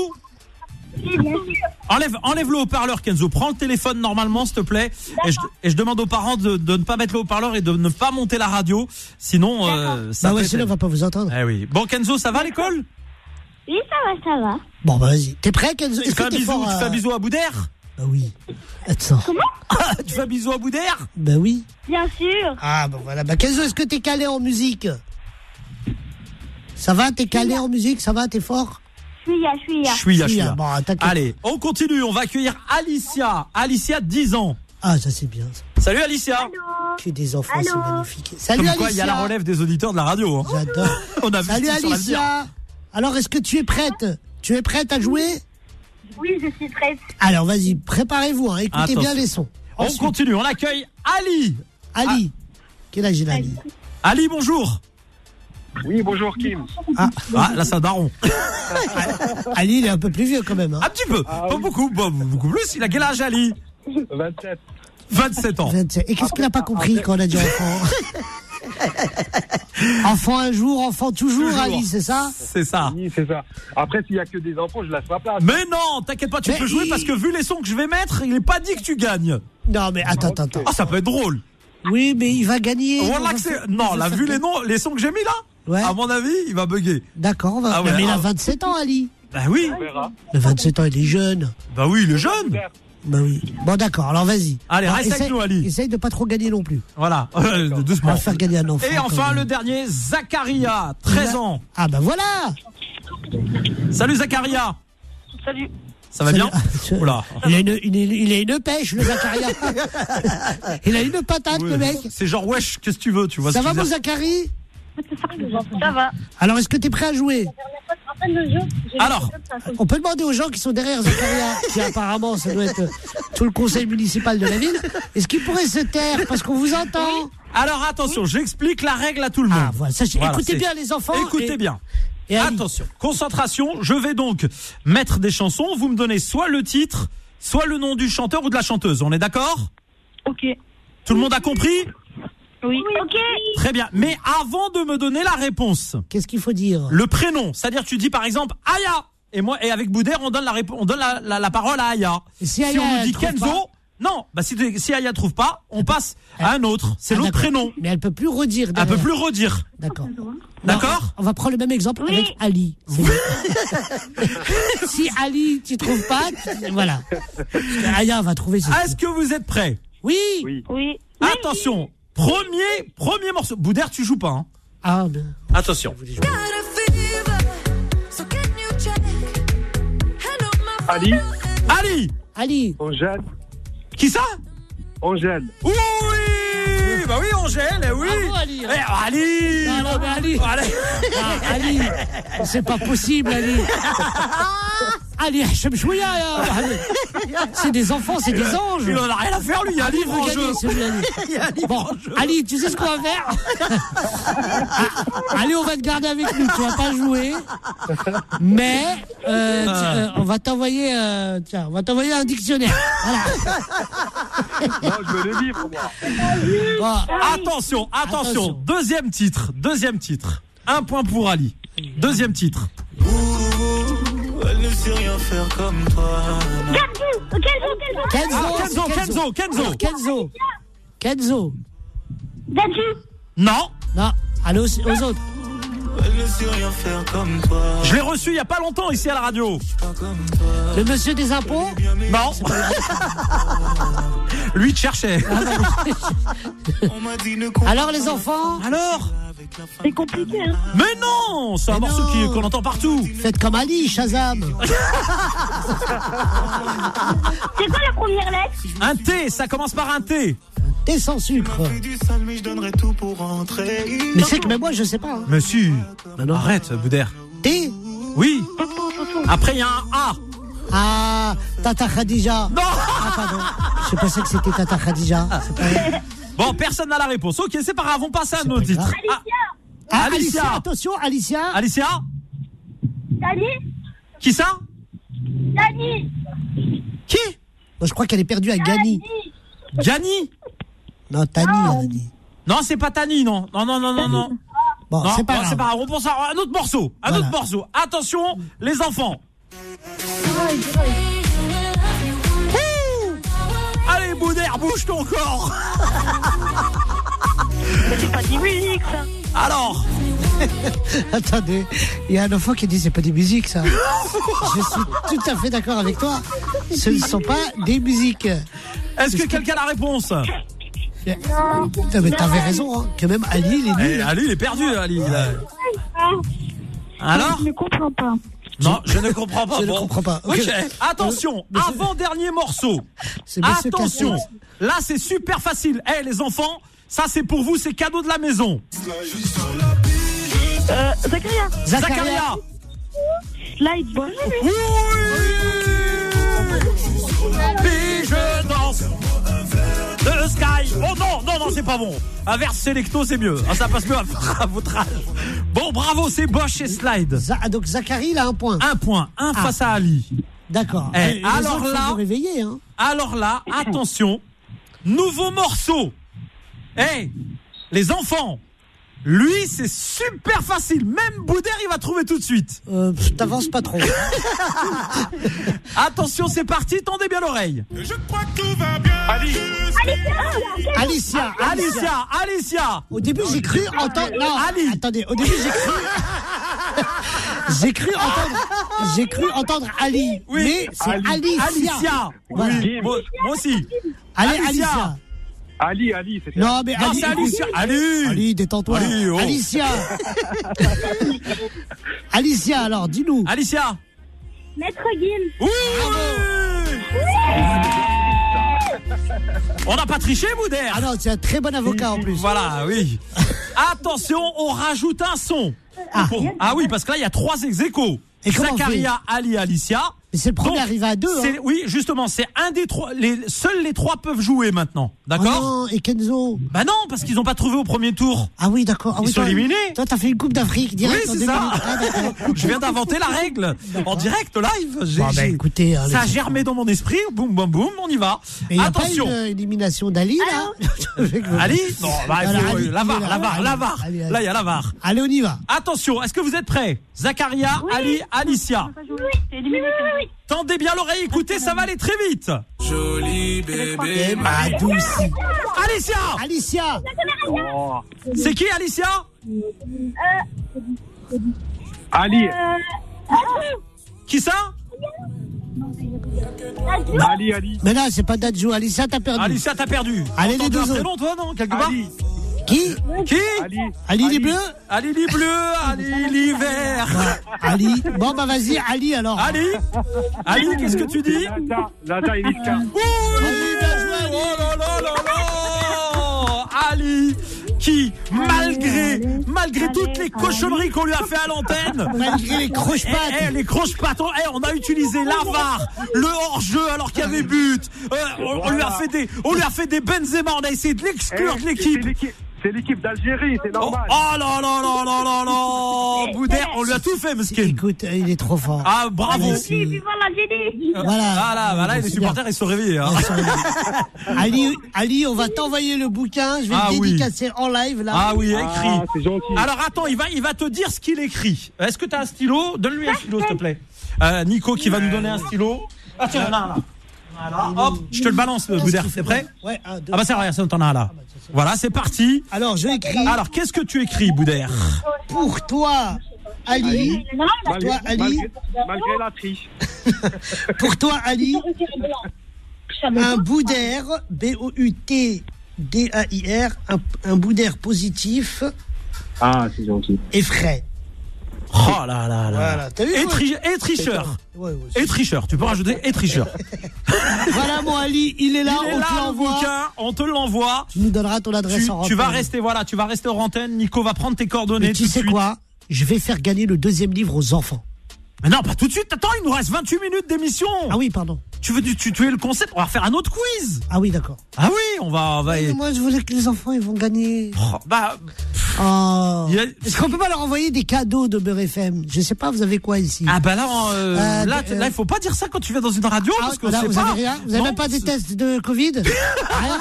oui, bien sûr.
Enlève, enlève le haut-parleur, Kenzo. Prends le téléphone normalement, s'il te plaît. Et je, et je demande aux parents de, de ne pas mettre le haut-parleur et de ne pas monter la radio. Sinon, euh, ça
Bah ouais,
peut
sinon, on
être-
va pas vous entendre.
Eh oui. Bon, Kenzo, ça va à l'école
Oui, ça va, ça va.
Bon, bah, vas-y. T'es prêt, Kenzo
Tu
Est-ce
fais
que
un
t'es
bisou,
fort
tu
à-
fais un bisou à Boudère
Bah oui. Attends. Ah.
Tu fais un bisou à Boudère
Bah oui.
Bien sûr.
Ah, bah voilà. Bah, Kenzo, est-ce que t'es calé en musique Ça va T'es calé en musique Ça va T'es fort
Je suis là, je suis là.
Je suis là, je suis
Oui,
là.
ah, bon, t'inquiète.
Allez, on continue. On va accueillir Alicia. Alicia, 10 ans.
Ah, ça, c'est bien. ça.
Salut Alicia.
Allô.
Que des enfants,
Allô
c'est magnifique. Salut
Comme
Alicia.
quoi, il y a la relève des auditeurs de la radio. hein.
J'adore.
On a vu
Salut
ce qui sera l'avenir.
Alicia. Alors, est-ce que tu es prête Tu es prête à jouer
Oui, je suis prête.
Alors, vas-y, préparez-vous. hein. Écoutez
Attention.
bien les sons.
On
Ensuite,
continue. On accueille Ali.
Ali.
Ah.
Quel âge il a, Ali
Ali, bonjour.
Oui, bonjour Kim.
Ah, là, c'est un daron.
Ali, il est un peu plus vieux quand même. hein.
Un petit peu.
Ah
Pas beaucoup. Bon, beaucoup plus. Il a quel âge, Ali
27.
27 ans.
27. Et qu'est-ce qu'il n'a
Ah,
pas compris quand on a dit enfant Enfant un jour, enfant toujours,
Toujours.
Ali, c'est ça
C'est ça.
Oui, c'est ça. Après, s'il n'y a que des enfants, je laisse ma place.
Mais non, t'inquiète pas, tu
Mais
peux jouer
il-
parce que vu les sons que je vais mettre, il est pas dit que tu gagnes.
Non, mais attends, attends, attends.
Ah, ça peut être drôle.
Oui, mais il va gagner.
Voilà
On va
que c'est-
faire- on
Non,
va
là,
faire
vu
que-
les noms, les sons que j'ai mis là,
Ouais.
à mon avis, il va bugger.
D'accord, on va.
Ah ouais,
Non, mais il
ah.
a 27 ans, Ali.
Bah oui.
On verra.
Le 27 ans, il est jeune.
Bah oui, il est jeune.
Bah oui. Bon, d'accord, alors vas-y.
Allez,
Alors,
reste avec
Ah, essaye-
nous, Ali.
Essaye de pas trop gagner non plus.
Voilà,
On va
doucement.
le faire gagner un enfant.
Et
quand
enfin,
même.
le dernier, Zacharia, 13 ans.
Ah, bah voilà
Salut Zacharia.
Salut.
Ça va
Salut. Ah,
bien Oula.
il a, une, une- il a une pêche, le Zacharia. il a une patate, le mec.
C'est genre, wesh, qu'est-ce que tu veux, tu vois
Ça
ce que
va,
je veux
mon
dire
Zachary
Ça va.
Alors, est-ce que t'es prêt à jouer
Alors,
On peut demander aux gens qui sont derrière Zacharia, qui apparemment, ça doit être euh, tout le conseil municipal de la ville, est-ce qu'ils pourraient se taire parce qu'on vous entend
alors attention, j'explique la règle à tout le monde.
Ah, voilà, sachez-
Voilà,
écoutez
c'est-
bien les enfants.
Écoutez
et-
bien.
et Ali.
Attention, concentration, je vais donc mettre des chansons, vous me donnez soit le titre, soit le nom du chanteur ou de la chanteuse, on est d'accord
Ok.
Tout le monde a compris
Oui. Ok.
Très bien, mais avant de me donner la réponse,
Qu'est-ce qu'il faut dire
le prénom, c'est-à-dire tu dis par exemple Aya, et moi et avec Boudère on donne la, répo- on donne la, la- la parole à Aya.
Et si Aya,
on nous
elle
dit
trouve
Kenzo,
pas
Non, bah si, si Aya trouve pas, on passe à un autre. C'est
Ah,
l'autre
d'accord. Euh,
prénom.
Mais elle peut plus redire.
Elle peut
derrière.
plus redire.
D'accord.
D'accord
On va prendre le même exemple
Oui.
avec Ali. si Ali, tu trouves pas, tu- voilà. Aya va trouver. c'est
Est-ce
sûr.
que vous êtes prêts
Oui.
Oui.
Attention, premier, premier morceau. Boudère, tu joues pas. hein.
Ah, ben,
Attention.
je voulais jouer.
Ali,
Ali
Ali.
Angèle,
Qui ça
Angèle.
Oui Bah oui, Angèle, eh oui
Bravo, Ali. hein.
Eh, Ali
Non, non, mais Ali.
Allez.
Ah, Ali, c'est pas possible, Ali. Ali, Hachem Chouya, là, Ali. c'est des enfants, c'est des anges.
Il en a rien à faire, lui, il y a un livre en
Regardez
jeu
celui-là, Ali.
Il y a un livre
Bon,
en jeu.
Ali, tu sais ce qu'on va faire Ah, Ali, on va te garder avec nous, tu vas pas jouer. Mais euh, tu-
Ah.
euh, on va t'envoyer euh, tiens, on va t'envoyer un dictionnaire.
Non, je veux le livre, moi.
Bon,
Attention, attention,
Attention.
deuxième titre, deuxième titre. Un point pour Ali. Deuxième titre.
Quel
Kenzo,
jour, quel jour
Ah, Kenzo,
Oh,
Kenzo,
c'est
Kenzo.
Alors, Kenzo. Kenzo.
Dadju
Non,
Non, allez aux, aux autres.
je l'ai reçu il y a pas longtemps ici à la radio.
Le monsieur des impôts
Non. Lui, il te cherchait.
Alors les enfants,
Alors
C'est compliqué, hein
Mais non C'est un
Mais
morceau qui-
non.
qu'on entend partout.
faites comme Ali, Shazam.
C'est quoi la première lettre
Un T, ça commence par un T.
T'es sans sucre. Mais c'est que même moi je sais pas. hein.
Mais si. Arrête, Boudère.
T'es
Oui. Après, il y a un A.
Ah, Tata Khadija.
Non
Ah, pardon. Je pensais que c'était Tata Khadija.
Ah,
C'est pas elle.
Bon, personne n'a la réponse. Ok, c'est pas grave, on passe à un autre
pas
titre.
grave. Ah,
Alicia.
Alicia, attention, Alicia.
Ah, Alicia
Dani
Qui ça
Dani
Qui
Moi, je crois qu'elle est perdue à Gani.
Gianni
Non, Tani, elle a dit.
Non, c'est pas Tani, non. Non, non, non, non, non.
Bon,
Non,
c'est pas
non,
grave.
On pense à un autre morceau. Un
Voilà.
autre morceau. Attention, les enfants. Ouh Allez, Boudère, bouge ton corps. Alors,
Attendez, il y a un enfant qui dit c'est pas des musiques, ça. je suis tout à fait d'accord avec toi. Ce ne sont pas des musiques.
est-ce que quelqu'un a la réponse
Putain, mais t'avais raison, hein, que même Ali, il est nul.
Eh, Ali, il est perdu, Ali. là. Alors
Je ne comprends pas.
Non, je ne comprends pas.
Je ne
bon.
comprends pas.
Ok.
Ok. Euh,
Attention, avant-dernier morceau.
C'est monsieur
Attention,
Cassette.
là c'est super facile. Eh les enfants, ça c'est pour vous, c'est cadeau de la maison.
Euh, Zakaria
hein.
Zakaria
Slide
Oui Puis je danse The Sky Oh non, non, non, c'est pas bon Inverse Selecto, c'est mieux. Ah, ça passe mieux à, à votre âge. Bon, bravo, c'est Bosch et Slide.
Za- ah, donc Zachary, il a un point.
Un point, un
Ah.
face à Ali.
D'accord.
Ah. Eh,
Les
alors
autres, faut
là-
vous réveiller, hein.
Alors là, attention, nouveau morceau. Eh, les enfants, lui, c'est super facile. Même Boudère, il va trouver tout de suite.
Euh, pff, T'avances pas trop.
Attention, c'est parti, tendez bien l'oreille.
Ali,
Alicia, Alicia.
Alicia, Alicia.
Au début, j'ai cru entendre. Non,
Ali.
attendez. Au début, j'ai cru. j'ai cru entendre. J'ai cru entendre Ali.
Oui.
Mais c'est
Ali.
Alicia.
Alicia.
Voilà.
Oui, moi, moi aussi.
Allez,
Alicia.
Alicia.
Ali, Ali, c'était.
Non, mais
Non,
Ali.
c'est Alicia. Ali.
Ali, détends-toi.
Ali, oh.
Alicia. Alicia, alors, dis-nous.
Alicia.
Maître Gim
Oui. On n'a pas triché, Boudère.
Ah non, c'est un très bon avocat en plus.
Voilà, oui. Attention, on rajoute un son. Ah, oui, parce que là, il y a trois ex échos.
Et comment on
Zakaria, Ali, Alicia.
Mais c'est le premier
Donc,
arrivé à deux.
c'est-
hein.
Oui, justement, c'est un des trois. Les, seuls les trois peuvent jouer maintenant. D'accord
Oh non, et Kenzo.
Bah non, parce qu'ils n'ont pas trouvé au premier tour.
Ah oui, d'accord. Ah
Ils
oui,
sont
toi-
éliminés.
Toi, t'as fait une Coupe d'Afrique direct
Oui,
en
c'est
deux
ça.
minutes. Ah, d'accord.
Je viens d'inventer la règle en direct live. J'ai-
Bon, bah,
j'ai-
écoutez, hein,
ça a
les-
germé dans mon esprit. Boum, boum, boum, on y va.
Mais il n'y a pas
Attention.
une euh, élimination d'Ali, là
Ali Non, bah, il
Alors,
faut- la
Ali, il est
VAR,
là.
la VAR, la
Allez,
VAR.
allez, allez.
Là, il y a la VAR.
Allez, on y va.
Attention, est-ce que vous êtes prêts Zakaria, Ali, Alicia.
Oui, oui, oui, oui.
Tendez bien l'oreille, écoutez, ça va aller très vite.
Jolie bébé,
ma douce.
Alicia
Alicia
Oh.
C'est qui Alicia
Ali.
Euh, Qui ça
Ali, Ali.
Mais là, c'est pas Dadju. Alicia, t'as perdu.
Alicia, t'as perdu.
Allez,
T'as
les
entendu
deux
un
autres.
prénom, toi, non Quelque part
Ali.
Qui
Qui
Ali.
Ali les bleus
Ali les bleus, Ali les verts.
Ali. Bon, bah vas-y, Ali alors.
Ali Ali, qu'est-ce que tu dis
Zaza, Zaza et
Ah,
Niska.
Oui, bien joué, Ali. Oh là là là là Ali qui, malgré, malgré toutes les cochonneries qu'on lui a fait à l'antenne,
Malgré les croche-pattes.
eh, eh, les croches pattes on a utilisé l'avare, le hors-jeu alors qu'il y avait but. Euh, on, on lui a fait des, on lui a fait des Benzema, on a essayé de l'exclure
Eh,
de
c'est
l'équipe.
l'équipe- C'est l'équipe d'Algérie, c'est
Oh,
normal.
oh là là là là là là Boudère, on lui a tout fait, Meskin.
Écoute, euh, il est trop fort.
Ah, bravo.
Alice,
Et
il-
puis voilà, j'ai dit.
Voilà.
Ah là, voilà, les
C'est bien.
supporters, ils sont réveillés. hein.
Ali, Ali, on va t'envoyer le bouquin. Je vais
Ah
le
oui.
dédicacer en live là.
Ah oui, écrit.
Ah, c'est gentil.
Alors attends, il va, il va te dire ce qu'il écrit. Est-ce que t'as un stylo Donne-lui un stylo, s'il te plaît. Euh, Nico qui va nous donner un stylo. Ah tiens, il y en a un là. Voilà, hop, je te le balance, le Boudère, t'es prêt
Ouais, un, deux.
Ah bah c'est rien, ça, t'en as un là. Voilà, c'est parti.
Alors, je écrit
Alors, qu'est-ce que tu écris, Boudère
pour toi, Ali.
Malgré-
toi, Ali.
malgré- Malgré la triche.
Pour toi, Ali, un bout d'air, B-O-U-T-D-A-I-R, un, un bout d'air positif
Ah, c'est gentil.
et frais.
Oh là là là.
Voilà, t'as vu
Et,
toi
tri- et tricheur.
Ouais, ouais, c'est-
Et tricheur, tu peux rajouter et tricheur.
Voilà mon Ali, il est là,
Il est
Ah, on
là,
te
le
l'envoie.
bouquin, on te l'envoie.
Tu nous donneras ton adresse
Tu,
en
tu vas
rentrée.
rester, voilà, tu vas rester hors antenne. Nico va prendre tes coordonnées
Mais tu
tout de
sais
suite.
quoi Je vais faire gagner le deuxième livre aux enfants.
Mais non, pas tout de suite. Attends, il nous reste 28 minutes d'émission.
Ah oui, pardon.
Tu veux tu, tu, tu es le concept On va faire un autre quiz.
Ah oui, d'accord.
Ah oui, on va. On va
Mais Moi, je voulais que les enfants, ils vont gagner.
Oh, bah,
Oh.
il y a-
Est-ce qu'on peut pas leur envoyer des cadeaux de Beurre FM Je sais pas, vous avez quoi ici
ah bah là, on, euh,
Euh,
là,
de-
t- là, il faut pas dire ça quand tu viens dans une radio
Ah,
parce que
là,
c'est
vous
pas.
avez rien Vous avez
Non,
même pas des
c'est-
tests de Covid Rien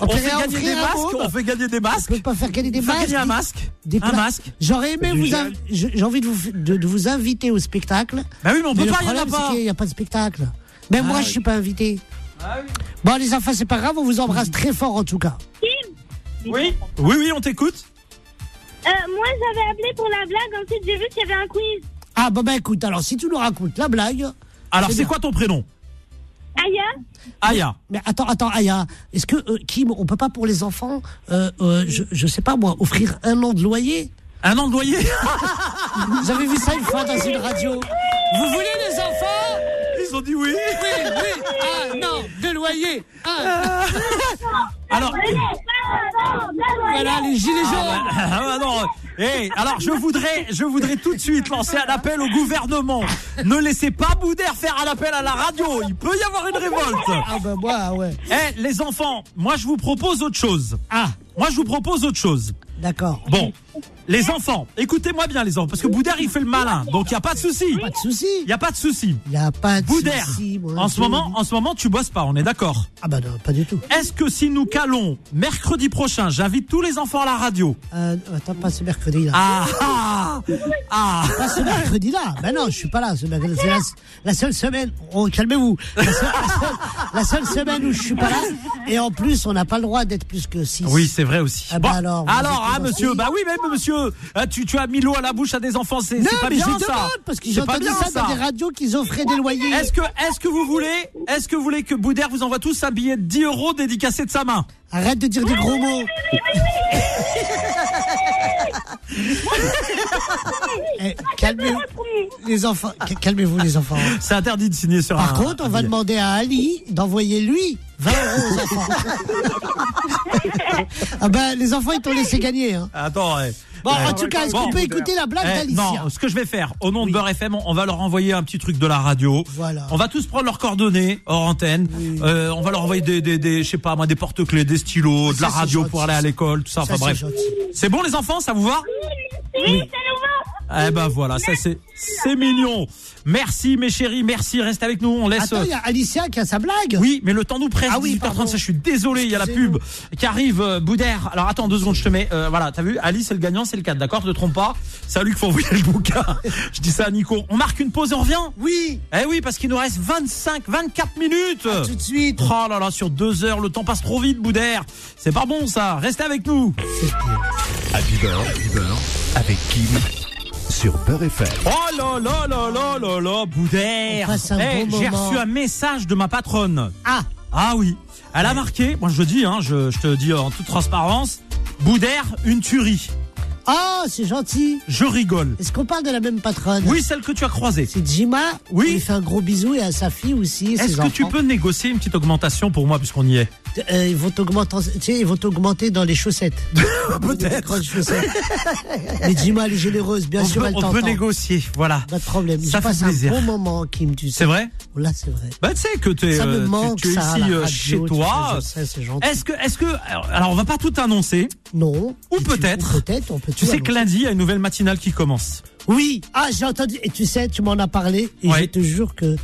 On
On
peut
fait
rien
gagner des
offrir à
masques.
Maud.
On fait gagner des
On
masques.
peut pas faire gagner des
Faire
masques.
gagner un masque.
des
un
plats.
masque.
J'aurais aimé
Du
vous.
gel.
inv- je- J'ai envie de vous, de, de vous inviter au spectacle.
Bah oui, mais on
mais
peut
le
pas. Il y en a
problème, c'est
pas. Ah
qu'il n'y a pas de spectacle. Même moi, je suis pas invité. Bon, les enfants, c'est pas grave. On vous embrasse très fort en tout cas.
Oui, oui, oui, on t'écoute.
Euh, moi, j'avais appelé pour la blague. Ensuite, j'ai vu qu'il y avait un quiz.
Ah bon, ben écoute. Alors, si tu nous racontes la blague.
Alors,
C'est
c'est
bien.
quoi ton prénom
Aya
Aya.
Mais attends, attends, Aya, est-ce que euh, Kim, on peut pas pour les enfants, euh, euh, je, je sais pas moi, offrir un an de loyer
Un an de loyer.
Vous avez vu ça une fois dans une radio Vous voulez les enfants
Ils ont dit oui.
Oui, oui, un an de loyer. Un.
Alors,
Ah,
Voilà les gilets jaunes.
Ah bah non. Eh, alors je voudrais, je voudrais tout de suite lancer un appel au gouvernement. Ne laissez pas Boudère faire un appel à la radio. Il peut y avoir une révolte.
Ah bah moi, ah ouais.
Eh, les enfants, moi je vous propose autre chose.
Ah,
Moi je vous propose autre chose.
d'accord.
Bon, les enfants, écoutez-moi bien les enfants, parce que Boudère il fait le malin, donc il y a pas de souci.
Pas de
Il
souci.
y a pas de souci.
Il a pas de
Boudère,
souci, moi,
en
je
ce moment,
le dis.
en ce moment tu bosses pas, on est d'accord.
Ah bah non, pas du tout.
Est-ce que si nous calons mercredi prochain, j'invite tous les enfants à la radio.
Euh, attends, pas ce mercredi là.
Ah ah ah.
Pas ce mercredi là. Ben non, je suis pas là. ce mercredi. C'est la, la seule semaine. Oh, calmez-vous. La, seule- la seule- la seule semaine où je suis pas là. Et en plus, on n'a pas le droit d'être plus que 6.
Oui, c'est vrai aussi.
Ah
bon,
bah alors,
alors,
vous êtes
ah,
gentil.
monsieur, bah oui, mais monsieur, ah, tu, tu as mis l'eau à la bouche à des enfants, c'est
Non,
c'est pas
mais
bien
je demande
ça.
parce que
C'est
j'ai
pas
entendu
bien,
ça, dans des radios qu'ils offraient des loyers.
Est-ce que, est-ce que vous voulez, est-ce que vous voulez que Boudère vous envoie tous un billet de 10 euros dédicacé de sa main
Arrête de dire des gros mots. Eh, calmez-vous les enfants. Calmez-vous les enfants.
C'est interdit de signer sur
Par
un.
contre, on va demander à Ali d'envoyer lui 20 euros aux enfants. ah ben, les enfants, ils t'ont laissé gagner. Hein.
Attends, ouais.
Bon,
Ouais.
en tout cas, est-ce
Bon.
qu'on peut écouter la blague
Eh,
d'Alicia
non, ce que je vais faire, au nom de Beurre FM, on, on va leur envoyer un petit truc de la radio.
Voilà.
On va tous prendre leurs coordonnées hors antenne. Euh, on va leur envoyer des, des, des je sais pas moi, des porte-clés, des stylos, de
Ça,
la
c'est
radio
gentil,
pour aller à
ça.
l'école, tout ça. enfin
Ça, c'est
bref.
gentil.
C'est bon les enfants, ça vous va
Oui, ça nous va.
Eh ben voilà, ça c'est c'est mignon. Merci mes chéris, merci. Reste avec nous, on laisse.
Attends, il y a Alicia qui a sa blague.
Oui, mais le temps nous presse.
Ah oui,
18h35,
pardon.
je suis désolé, il y a la pub qui arrive, euh, Boudère. Alors attends deux secondes, je te mets. euh, voilà, t'as vu, Ali c'est le gagnant, c'est le 4, d'accord Te trompe pas. C'est à lui qu'il faut envoyer le bouquin. je dis ça à Nico. On marque une pause et on revient
Oui,
Eh oui, parce qu'il nous reste 25, 24 minutes.
tout de suite.
Oh là là, sur deux heures, le temps passe trop vite, Boudère. C'est pas bon ça. Restez avec nous.
Happy Bird, Happy Bird, avec Kim sur Beurre FM.
Oh là là là là là là, Boudère.
On passe un
Eh,
bon
J'ai
moment.
reçu un message de ma patronne.
Ah,
Ah oui, elle a marqué, moi je le dis, hein, je, je te dis en toute transparence, Boudère, une tuerie.
ah, c'est gentil.
Je rigole.
Est-ce qu'on parle de la même patronne
Oui, celle que tu as croisée.
C'est Jima.
Oui.
On lui fait un gros bisou et à sa fille aussi. et ses
Est-ce que tu
enfants.
peux négocier une petite augmentation pour moi puisqu'on y est
Euh, ils vont augmenter, tu sais, ils vont augmenter dans les chaussettes.
Peut-être.
Dans les chaussettes. Mais Jima, elle est généreuse, bien
On
sûr,
peut,
elle
on
t'entend. Bah,
peut négocier, voilà.
Pas de problème.
Ça
Je
fait
passe
plaisir.
un bon moment, Kim, tu sais.
C'est vrai
Là, c'est vrai.
Bah tu sais que t'es,
Ça
euh,
me
tu-
manque,
tu es
ça, à
ici
la
euh,
radio,
chez
tu sais,
toi.
je sais, c'est gentil.
Est-ce que, est-ce que, alors on va pas tout annoncer.
Non.
Eh, Ou
Tu-
peut-être.
ou Peut-être, on peut
Tu
tout
sais que
annoncer.
lundi il y a une nouvelle matinale qui commence.
Oui. Ah, j'ai entendu. Et tu sais, tu m'en as parlé. Et
Ouais.
je te jure que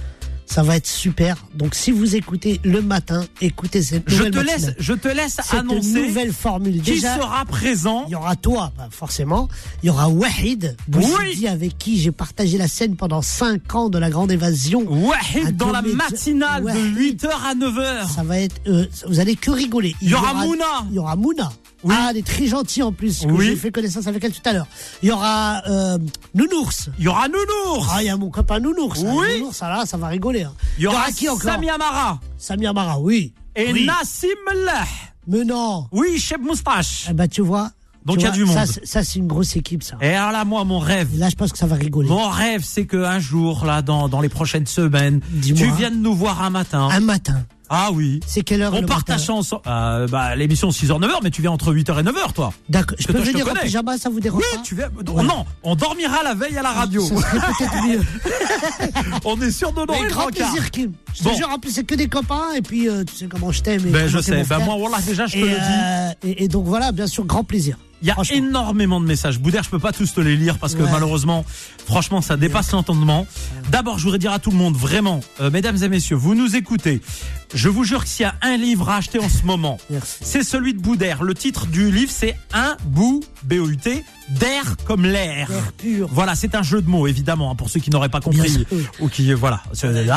ça va être super. Donc, si vous écoutez le matin, écoutez cette
Je
nouvelle
te laisse,
matinale.
je te laisse
Cette
annoncer
nouvelle formule.
qui
Déjà,
sera présent.
il y aura toi, bah, forcément. Il y aura Wahid, Bouchidi, avec qui j'ai partagé la scène pendant 5 ans de la grande évasion. Un
Wahid dans la
comédien-
matinale de
Wahid.
8h à 9h.
Ça va être, euh, vous allez que rigoler.
Il y aura Mouna.
Il y aura Mouna.
Oui.
Ah, elle est très gentille en plus. que
Oui.
J'ai fait connaissance avec elle tout à l'heure. Il y aura euh, Nounours.
Il y aura Nounours.
Ah, il y a mon copain Nounours. hein.
Oui.
Nounours, ah là, ça va rigoler. hein.
Il y aura,
qui encore
Sami Amara
Samia Mara, oui.
et
Oui.
Nassim Leh.
Mais non.
Oui, Cheb Moustache.
Eh ben, tu vois.
Donc,
tu
il y a
vois,
du monde. Eh.
Ça, c'est- ça, c'est une grosse équipe, ça.
Et alors là, moi, mon rêve,
Là, je pense que ça va rigoler.
mon rêve, c'est que un jour, là, dans, dans les prochaines semaines,
Dis-moi.
tu viennes nous voir un matin.
Un matin.
Ah oui.
C'est quelle heure
On
le matin
partage ensemble. Euh, bah, l'émission 6h-9h, mais tu viens entre 8h et 9h, toi.
D'accord.
Parce que
Je peux
toi, je te
venir en
connais.
pyjama, ça vous dérange
Oui,
pas
tu viens. non,
Voilà.
Non, on dormira la veille à la radio.
Ça serait peut-être mieux.
on est sûr de
Mais grand plaisir, Kim. Je te
Bon.
jure, en plus, c'est que des copains. Et puis, euh, tu sais comment je t'aime. et
Ben,
comment
je
t'es
sais.
mon
Ben,
frère.
moi, voilà, déjà, je te
et,
le dis.
euh, et, et donc, voilà, bien sûr, grand plaisir.
Il y a
Franchement.
énormément de messages. Boudère, je peux pas tous te les lire parce que
Ouais.
malheureusement, franchement, ça dépasse l'entendement. D'abord, je voudrais dire à tout le monde, vraiment, euh, mesdames et messieurs, vous nous écoutez. Je vous jure que s'il y a un livre à acheter en ce moment,
Merci.
c'est celui de Boudère. Le titre du livre, c'est Un bout, B-O-U-T, d'air comme l'air.
L'air pur.
Voilà, c'est un jeu de mots, évidemment, hein, pour ceux qui n'auraient pas compris.
sûr, oui.
Ou qui, euh, voilà. c'est- hein.
Il y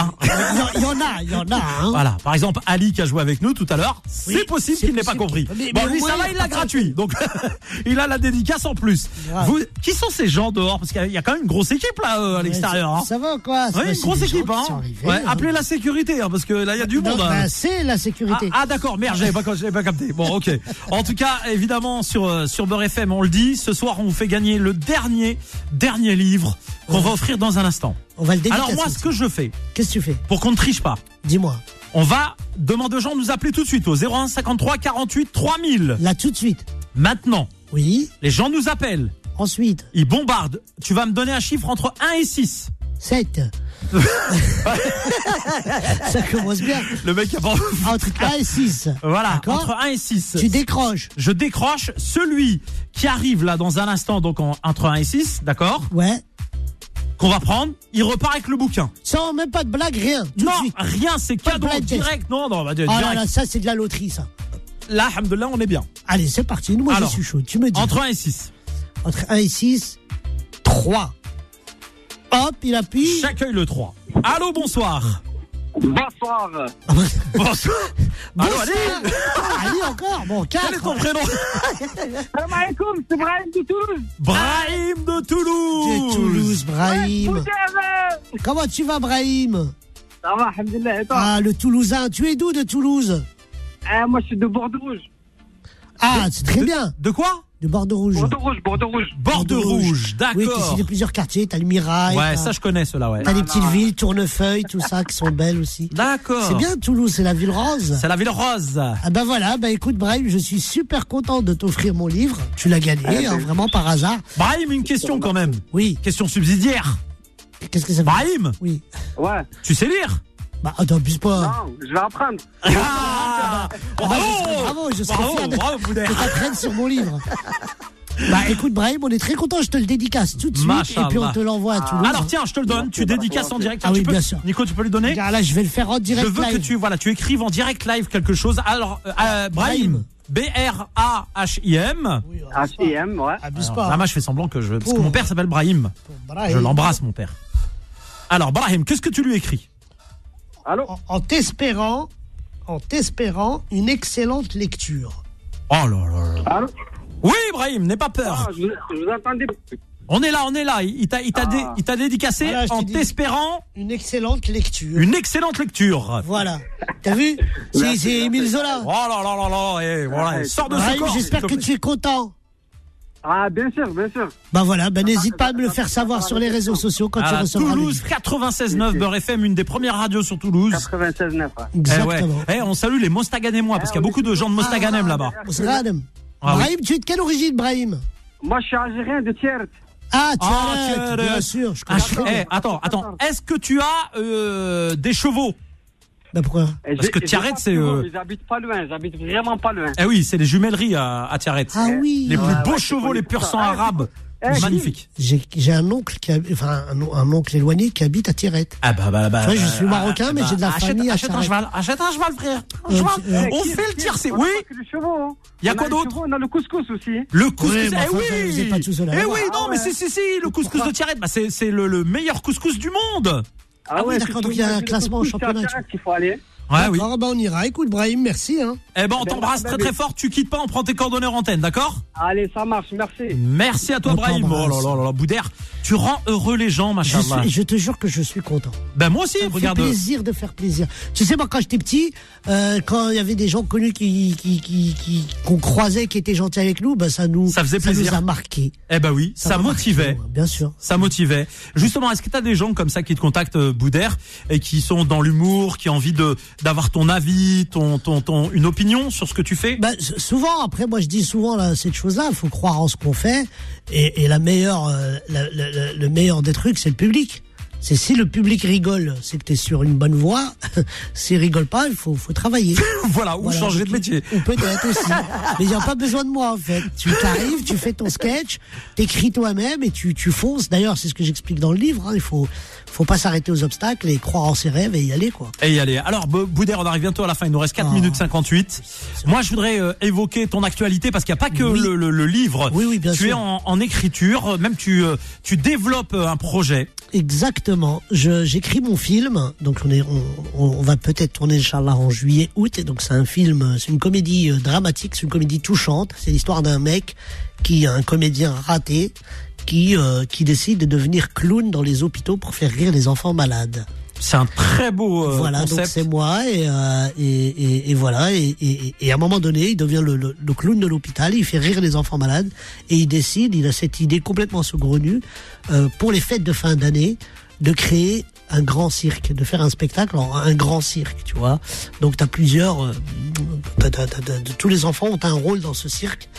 en- il y en a, il y en a. Hein.
Voilà, par exemple, Ali qui a joué avec nous tout à l'heure,
Oui,
c'est possible
c'est
qu'il n'ait pas compris.
possible. Mais-
bon,
mais au
lui,
moins,
ça va,
il
il
a
l'a
pas
gratuit. Donc, il a la dédicace en plus.
Grave.
Vous, qui sont ces gens dehors Parce qu'il y a quand même une grosse équipe là, euh, à l'extérieur.
Ouais,
hein.
ça, ça va ou quoi
Ouais,
C'est-
une
c'est
grosse
des gens
équipe.
qui
Hein.
sont arrivés,
Ouais,
hein.
Appelez la sécurité, hein, parce que là, il y a du
Non,
monde. hein.
ben, c'est la
Ah,
sécurité.
ah, d'accord, merde, j'avais pas, j'avais pas capté. Bon, ok. En tout cas, évidemment, sur, euh, sur Beurre FM, on le dit, ce soir, on vous fait gagner le dernier, dernier livre qu'on va offrir dans un instant.
On va le dédicacer.
ah. Alors, moi, ce que je fais,
Qu'est-ce que tu fais
pour qu'on ne triche pas,
Dis-moi.
on va demander aux gens de nous appeler tout de suite au 01 53 48 3000.
Là, tout de suite.
Maintenant,
Oui.
les gens nous appellent,
Ensuite,
ils bombardent. Tu vas me donner un chiffre entre 1 et 6.
7. ça commence bien.
Le mec a pas...
Entre 1 et 6.
Voilà,
D'accord.
entre 1 et 6.
Tu décroches.
Je décroche celui qui arrive là dans un instant, donc en- entre 1 et 6, d'accord
Ouais.
Qu'on va prendre, il repart avec le bouquin.
Sans même pas de blague, rien. Tout
non,
de suite.
rien, c'est
Pas de
cadeau
blind test.
direct. Non, non, bah,
Oh
direct.
là là, ça c'est de la loterie ça.
Là, hamdoulilah, on est bien.
Allez, c'est parti. Moi
Alors,
je suis chaud. Tu me dis.
Entre 1 et 6.
Entre 1 et 6, 3. Hop, il appuie.
J'accueille le 3. Allô, bonsoir.
Bonsoir.
Bonsoir. Allô,
Bonsoir.
allez
Ah, allez, encore. Bon, 4.
Quel est ton prénom
Salam alaikum, c'est Brahim de Toulouse.
Brahim de Toulouse.
De Toulouse, Brahim.
Boudère.
Comment tu vas, Brahim
Ça va, alhamdoulilah, et toi
Ah, le Toulousain. Tu es d'où de Toulouse
Eh, Moi, je suis de Bordeaux Rouge.
Ah, c'est très
de-
bien.
De quoi
De Bordeaux Rouge.
Bordeaux rouge, Bordeaux rouge.
Bordeaux Rouge,
Oui,
d'accord.
t'es de plusieurs quartiers. T'as le Mirail.
ouais,
t'as-
ça je Ah, connais cela, ouais.
T'as les petites villes, Tournefeuille, tout ça, qui sont belles aussi.
D'accord.
C'est bien Toulouse, c'est la ville rose.
C'est la ville rose.
Ah ben voilà, ben écoute Brahim, je suis super content de t'offrir mon livre. Tu l'as
Ah,
gagné, hein, vraiment par hasard.
Brahim, une question quand même.
Oui,
Question subsidiaire.
qu'est-ce que ça veut
Brahim,
Oui.
Ouais.
tu sais lire
Bah attends, abuse pas.
Non, je vais apprendre.
Ah
Ah,
Bravo
je serais- bravo, je serais
Bravo,
fier de-
bravo, Boudère.
T'entraînes sur mon livre. Bah écoute, Brahim, on est très content. Je te le dédicace tout de suite.
Machallah.
Et puis on te l'envoie à Toulouse.
Alors tiens, je te le donne, tu dédicaces en direct.
Ah
Tu
oui,
peux-
bien sûr.
Nico, tu peux lui donner
Regarde, Là, je vais le faire en direct.
Je veux que
live.
tu voilà, tu écrives en direct live quelque chose. Alors euh, euh, Brahim, B R A H I M.
Oui, abuse pas.
H-I-M, ouais.
Abuse
Ah,
pas.
moi je fais semblant que je parce que
Oh.
mon père s'appelle Brahim.
Brahim.
Je l'embrasse mon père. Alors Brahim, qu'est-ce que tu lui écris
Allô
En- En t'espérant, en t'espérant une excellente lecture.
Oh là là. là.
Allô
Oui Brahim, n'aie pas peur.
Ah, je vous, je vous attendais.
On est là, on est là. Il il t'a il t'a dé- il t'a dédicacé
Ah. Voilà, je t'ai
en
dit.
t'espérant
Une excellente lecture.
une excellente lecture.
Voilà. T'as vu C'est c'est Émile Zola.
Oh là là là là, eh, voilà,
Ouais.
sors de ce
Ah, Brahim,
corps.
j'espère
s'il
que
te plaît.
tu es content.
Ah, bien sûr, bien sûr.
Bah voilà, bah n'hésite pas à me le faire savoir sur les réseaux sociaux quand tu
Voilà,
recevras le
Ah, Toulouse
livre.
96.9 Beurre FM, une des premières radios sur Toulouse.
96.9, ouais.
Eh ouais.
Exactement.
Eh, on salue les Mostaganémois parce qu'il y a beaucoup de gens de Mostaganem là-bas.
On se regarde.
Ah oui.
Brahim, tu es de quelle origine, Brahim
Moi, je suis algérien de Tiers.
Ah,
Ah,
tu es
tu es
arabe,
arabe.
bien sûr. Je
Ah,
connais très bien.
eh, attends, attends. Est-ce que tu as euh, des chevaux
Bah pourquoi
Parce que Tiaret, c'est, euh,
J'habite pas loin, j'habite vraiment pas loin.
Eh oui, c'est les jumelleries à, à Tiaret.
Ah oui.
Eh, Les plus Eh,
ouais,
beaux
ouais,
chevaux,
c'est
les
pour
pur
ça.
sang
Ah,
arabes.
c'est-
Magnifique.
J'ai j'ai un oncle qui, hab- enfin un, on- un oncle éloigné qui habite à Tirette.
Ah bah bah bah.
Tu vois, je
bah,
suis marocain, mais j'ai de la
achète,
famille à
Achète un
Tiaret.
cheval, achète un cheval, frère. Un cheval.
euh,
On
Tiers,
fait le tir,
Tiers,
c'est
on a
oui.
pas que les chevaux, hein.
Y a
On
quoi
les
d'autre
chevaux, On a le couscous aussi.
Le couscous,
Ouais, mais
eh
enfin,
oui
vous- vous êtes pas tout seul à
Eh
l'avoir.
oui, non, mais si, si, si, le couscous de Tiaret, bah, c'est c'est le, le meilleur couscous du monde
Ah oui,
ouais,
d'accord,
c'est
donc il y a un
le couscous,
classement au
c'est à
championnat,
Tiers
tu vois.
qu'il faut aller.
Ouais, Ah, oui.
Alors, bah, on ira. Écoute, Brahim, merci. Hein.
Eh ben, on t'embrasse très très fort, tu quittes pas, on prend tes coordonnées en antenne, d'accord
Allez, ça marche, merci.
Merci à toi,
On
Brahim. Oh
t'embrasse.
là là là là, Boudère, tu rends heureux les gens,
Je,
machin.
suis- je te jure que je suis content.
Ben, moi aussi,
Ça me fait
regarde.
plaisir de faire plaisir. Tu sais, moi, quand j'étais petit, euh, quand il y avait des gens connus qui qui qui qui- qu'on croisait, qui étaient gentils avec nous, bah ça nous
Ça faisait plaisir.
nous a marqué.
Eh ben oui, ça,
m'a marqué,
motivait.
moi, bien sûr.
Ça motivait. Justement, est-ce que t'as des gens comme ça qui te contactent, euh, Boudère, et qui sont dans l'humour, qui ont envie de d'avoir ton avis, ton, ton, ton, une opinion sur ce que tu fais
Bah, s- souvent, après, moi je dis souvent là, cette chose-là, il faut croire en ce qu'on fait. Et, et la meilleure, euh, la- la- la- le meilleur des trucs, c'est le public. C'est si le public rigole, c'est que t'es sur une bonne voie. S'il rigole pas, il faut, faut travailler.
Voilà, ou
Voilà,
changer de
donc,
métier.
Ou peut-être aussi. Mais il n'y a pas besoin de moi, en fait. Tu t'arrives, tu fais ton sketch, t'écris toi-même et tu, tu fonces. D'ailleurs, c'est ce que j'explique dans le livre. hein. Il faut, faut pas s'arrêter aux obstacles et croire en ses rêves et y aller, quoi.
Et y aller. Eh, Alors, Bo- Boudère, on arrive bientôt à la fin. Il nous reste 4
Ah.
minutes 58. Moi, je voudrais euh, évoquer ton actualité parce qu'il n'y a pas que
Oui.
le, le- le livre.
Oui, oui, bien
tu
sûr.
es en, en écriture. euh, Même tu, euh, tu développes euh, un projet.
Exactement. Je j'écris mon film, donc on est on, on- on va peut-être tourner Inch'Allah en juillet août et donc c'est un film, euh, c'est une comédie euh, dramatique, c'est une comédie touchante, c'est l'histoire d'un mec qui est un comédien raté qui euh, qui décide de devenir clown dans les hôpitaux pour faire rire les enfants malades.
C'est un très beau euh,
voilà, donc
concept.
c'est moi et, euh, et, et- et voilà et, et- et à un moment donné, il devient le, le- le clown de l'hôpital, il fait rire les enfants malades et il décide, il a cette idée complètement saugrenue euh, pour les fêtes de fin d'année de créer un grand cirque, de faire un spectacle en un grand cirque, tu vois. Donc t'as plusieurs, euh, t'as- t'as- t'as- t'as- tous les enfants ont un rôle dans ce cirque.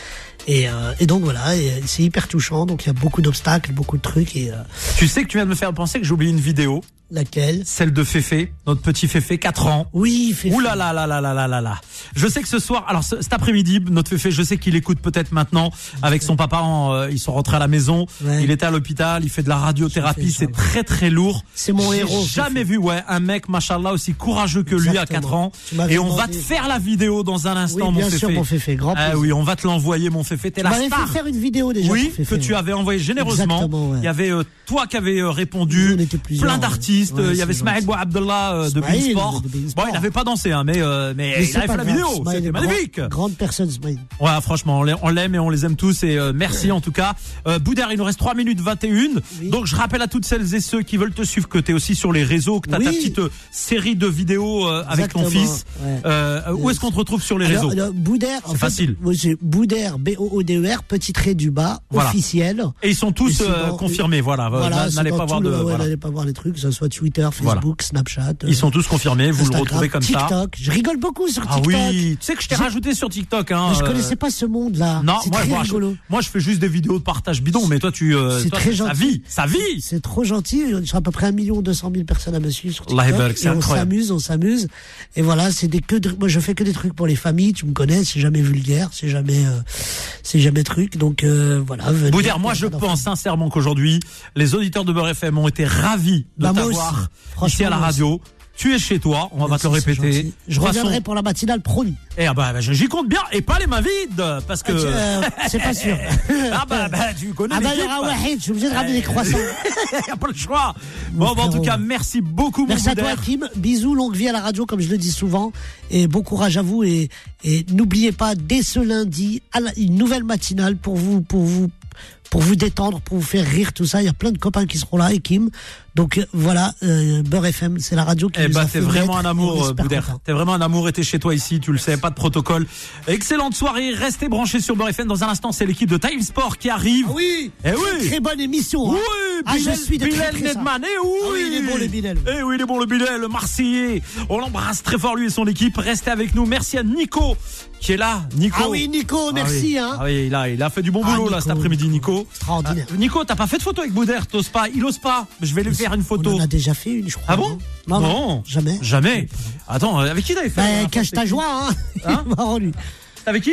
Et, euh, et donc voilà, et, euh, c'est hyper touchant. Donc il y a beaucoup d'obstacles, beaucoup de trucs. Et euh,
Tu sais que tu viens de me faire penser que j'ai oublié une vidéo,
laquelle
celle de Féfé, notre petit Féfé, 4 ans.
Oui, fait
Ouh là là là là là là là là. Je sais que ce soir, alors ce- cet après-midi, notre Féfé, je sais qu'il écoute peut-être maintenant avec son papa. en, euh, ils sont rentrés à la maison.
Ouais.
Il était à l'hôpital. Il fait de la radiothérapie.
Féfé,
C'est
Inch'Allah.
très très lourd.
C'est mon
J'ai
héros,
Jamais vu ouais un mec, machallah, aussi courageux que lui à
Exactement.
4 ans.
Tu m'avais
Et on va te
demandé.
faire la vidéo dans un
Oui,
instant, mon
bien
Féfé.
sûr, mon Féfé, grand
Ah
plaisir.
oui, on va te l'envoyer, mon Féfé. T'es
Tu
la
m'avais
star.
fait faire une vidéo déjà.
Oui,
pour Féfé,
que tu
ouais.
avais envoyé généreusement.
Exactement, ouais.
Il y avait euh, toi qui avais euh, répondu,
Nous, on était plusieurs,
plein
ouais.
d'artistes.
Ouais,
euh, il y
c'est
avait Smaïl
gentil.
Bois Abdullah euh, de
Smaïl,
Beansport.
de Beansport.
Bon, il n'avait pas dansé, hein, mais, euh, mais,
Mais
il
c'est
avait
pas
fait la
grave,
vidéo.
Smile
C'était
est grand-
magnifique.
grande personne, Smile.
Ouais, franchement, on l'a- on l'aime et on les aime tous. Et euh, merci en tout cas. Euh, Boudère, il nous reste 3 minutes 21.
Oui.
Donc je rappelle à toutes celles et ceux qui veulent te suivre que tu es aussi sur les réseaux, que tu as
Oui.
ta petite euh, série de vidéos euh, avec ton
Exactement,
fils.
ouais.
Euh, euh, Où
Yes.
est-ce qu'on te retrouve sur les
Alors,
réseaux
alors, Boudère, en fait,
facile.
moi, c'est Boudère, B-O-O-D-E-R, petit trait du bas,
Voilà.
officiel.
Et ils sont
Et
tous
c'est
euh,
dans-
confirmés, voilà.
Voilà,
N-
c'est
N'allez
dans
pas
tout
voir
le-
de.
ouais,
voilà.
n'allez pas voir les trucs, que ce soit Twitter, Facebook,
Voilà.
Snapchat. euh,
Ils sont tous confirmés, vous le
Instagram,
retrouvez comme
TikTok.
ça.
Je rigole beaucoup sur
Ah
TikTok.
oui, tu sais que je t'ai
J'ai-
rajouté sur TikTok. Hein,
Mais je
euh,
connaissais pas ce monde-là.
Non,
c'est
moi,
très
moi, je,
rigolo.
moi, je fais juste des vidéos de partage bidon, mais toi tu... euh,
C'est
toi,
très
Ça
gentil.
vit, ça vit
C'est trop gentil. Je suis à peu près 1 200 000 personnes à me suivre sur TikTok.
Allah Akbar, c'est
et on
incroyable.
s'amuse, on s'amuse. Et voilà, c'est des que de- moi je fais que des trucs pour les familles. Tu me connais, c'est jamais vulgaire, c'est jamais, euh, c'est jamais truc. Donc euh, voilà. venez.
Boudère, moi je pense sincèrement qu'aujourd'hui, les auditeurs de Beurre FM ont été ravis de
Bah, moi aussi.
t'avoir ici
Franchement,
à la
moi
radio. Tu es chez toi, on va
Merci,
te le
c'est
répéter.
gentil. Je
De toute façon-
reviendrai pour la matinale promis.
Eh ah bah, bah, j'y compte bien, et pas les mains vides, parce que...
Euh, c'est pas sûr.
Ah bah, bah, tu connais
Ah bah il y
l'équipe.
aura Wahid, je suis obligé de ramener des croissants.
Il n'y a pas le choix. Bon, bah, en tout
frérot.
cas, merci beaucoup, mon
Merci à toi
Boudère.
Hakim, bisous, longue vie à la radio comme je le dis souvent et bon courage à vous et, et n'oubliez pas dès ce lundi à la- une nouvelle matinale pour vous pour vous pour vous détendre, pour vous faire rire tout ça, il y a plein de copains qui seront là et Kim. Donc euh, voilà, euh, Beurre FM, c'est la radio qui
Eh
nous a
bah,
fait
t'es vraiment un
naître, et on
amour, euh,
espère
Boudère.
encore.
T'es vraiment un amour et t'es chez toi ici, tu le sais, pas de protocole. Excellente soirée, restez branchés sur Beurre FM. Dans un instant, c'est l'équipe de Time Sport qui arrive.
Ah oui,
Eh
très,
oui.
très bonne émission. hein.
Oui,
ah,
Bilal,
je suis de très,
Bilal
très ça.
Nedman. Eh oui,
Ah oui, il est bon, le Bilal.
Eh oui, il est bon le Bilal, le Marseillais. On l'embrasse très fort lui et son équipe. Restez avec nous. Merci à Nico qui est là. Nico.
Ah oui, Nico,
Ah oui,
merci hein.
ah oui, il a, il a fait du bon
Ah,
boulot là
Nico,
cet après-midi,
Nico.
Nico.
Extraordinaire.
Ah, Nico, t'as pas fait de photo avec Boudère, t'oses pas, il ose pas. Je vais lui faire une
On
photo.
en a déjà fait une, je crois.
Ah bon
non, non,
Non.
jamais.
Jamais. Attends, euh, avec qui t'avais fait
Bah,
euh,
cache ta joie, hein.
Hein
Il est marrant, lui.
T'es Avec qui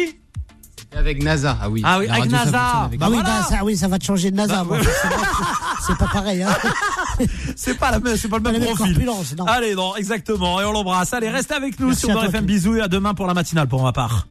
Avec NASA, ah oui.
Ah oui,
La
avec
radio, ça
NASA.
fonctionne avec-
Bah oui,
Voilà.
bah, ça, oui, ça va te changer de NASA.
Bah,
moi.
ouais.
C'est vrai que c'est pas pareil. Hein.
C'est pas la même, c'est pas le
Pas
même
la même
profil.
corpulence, non.
Allez, non, exactement. Et on l'embrasse. Allez, restez avec nous
Merci
sur
à
Beurre
toi,
FM.
Kim.
Bisous et à demain pour la matinale pour ma part.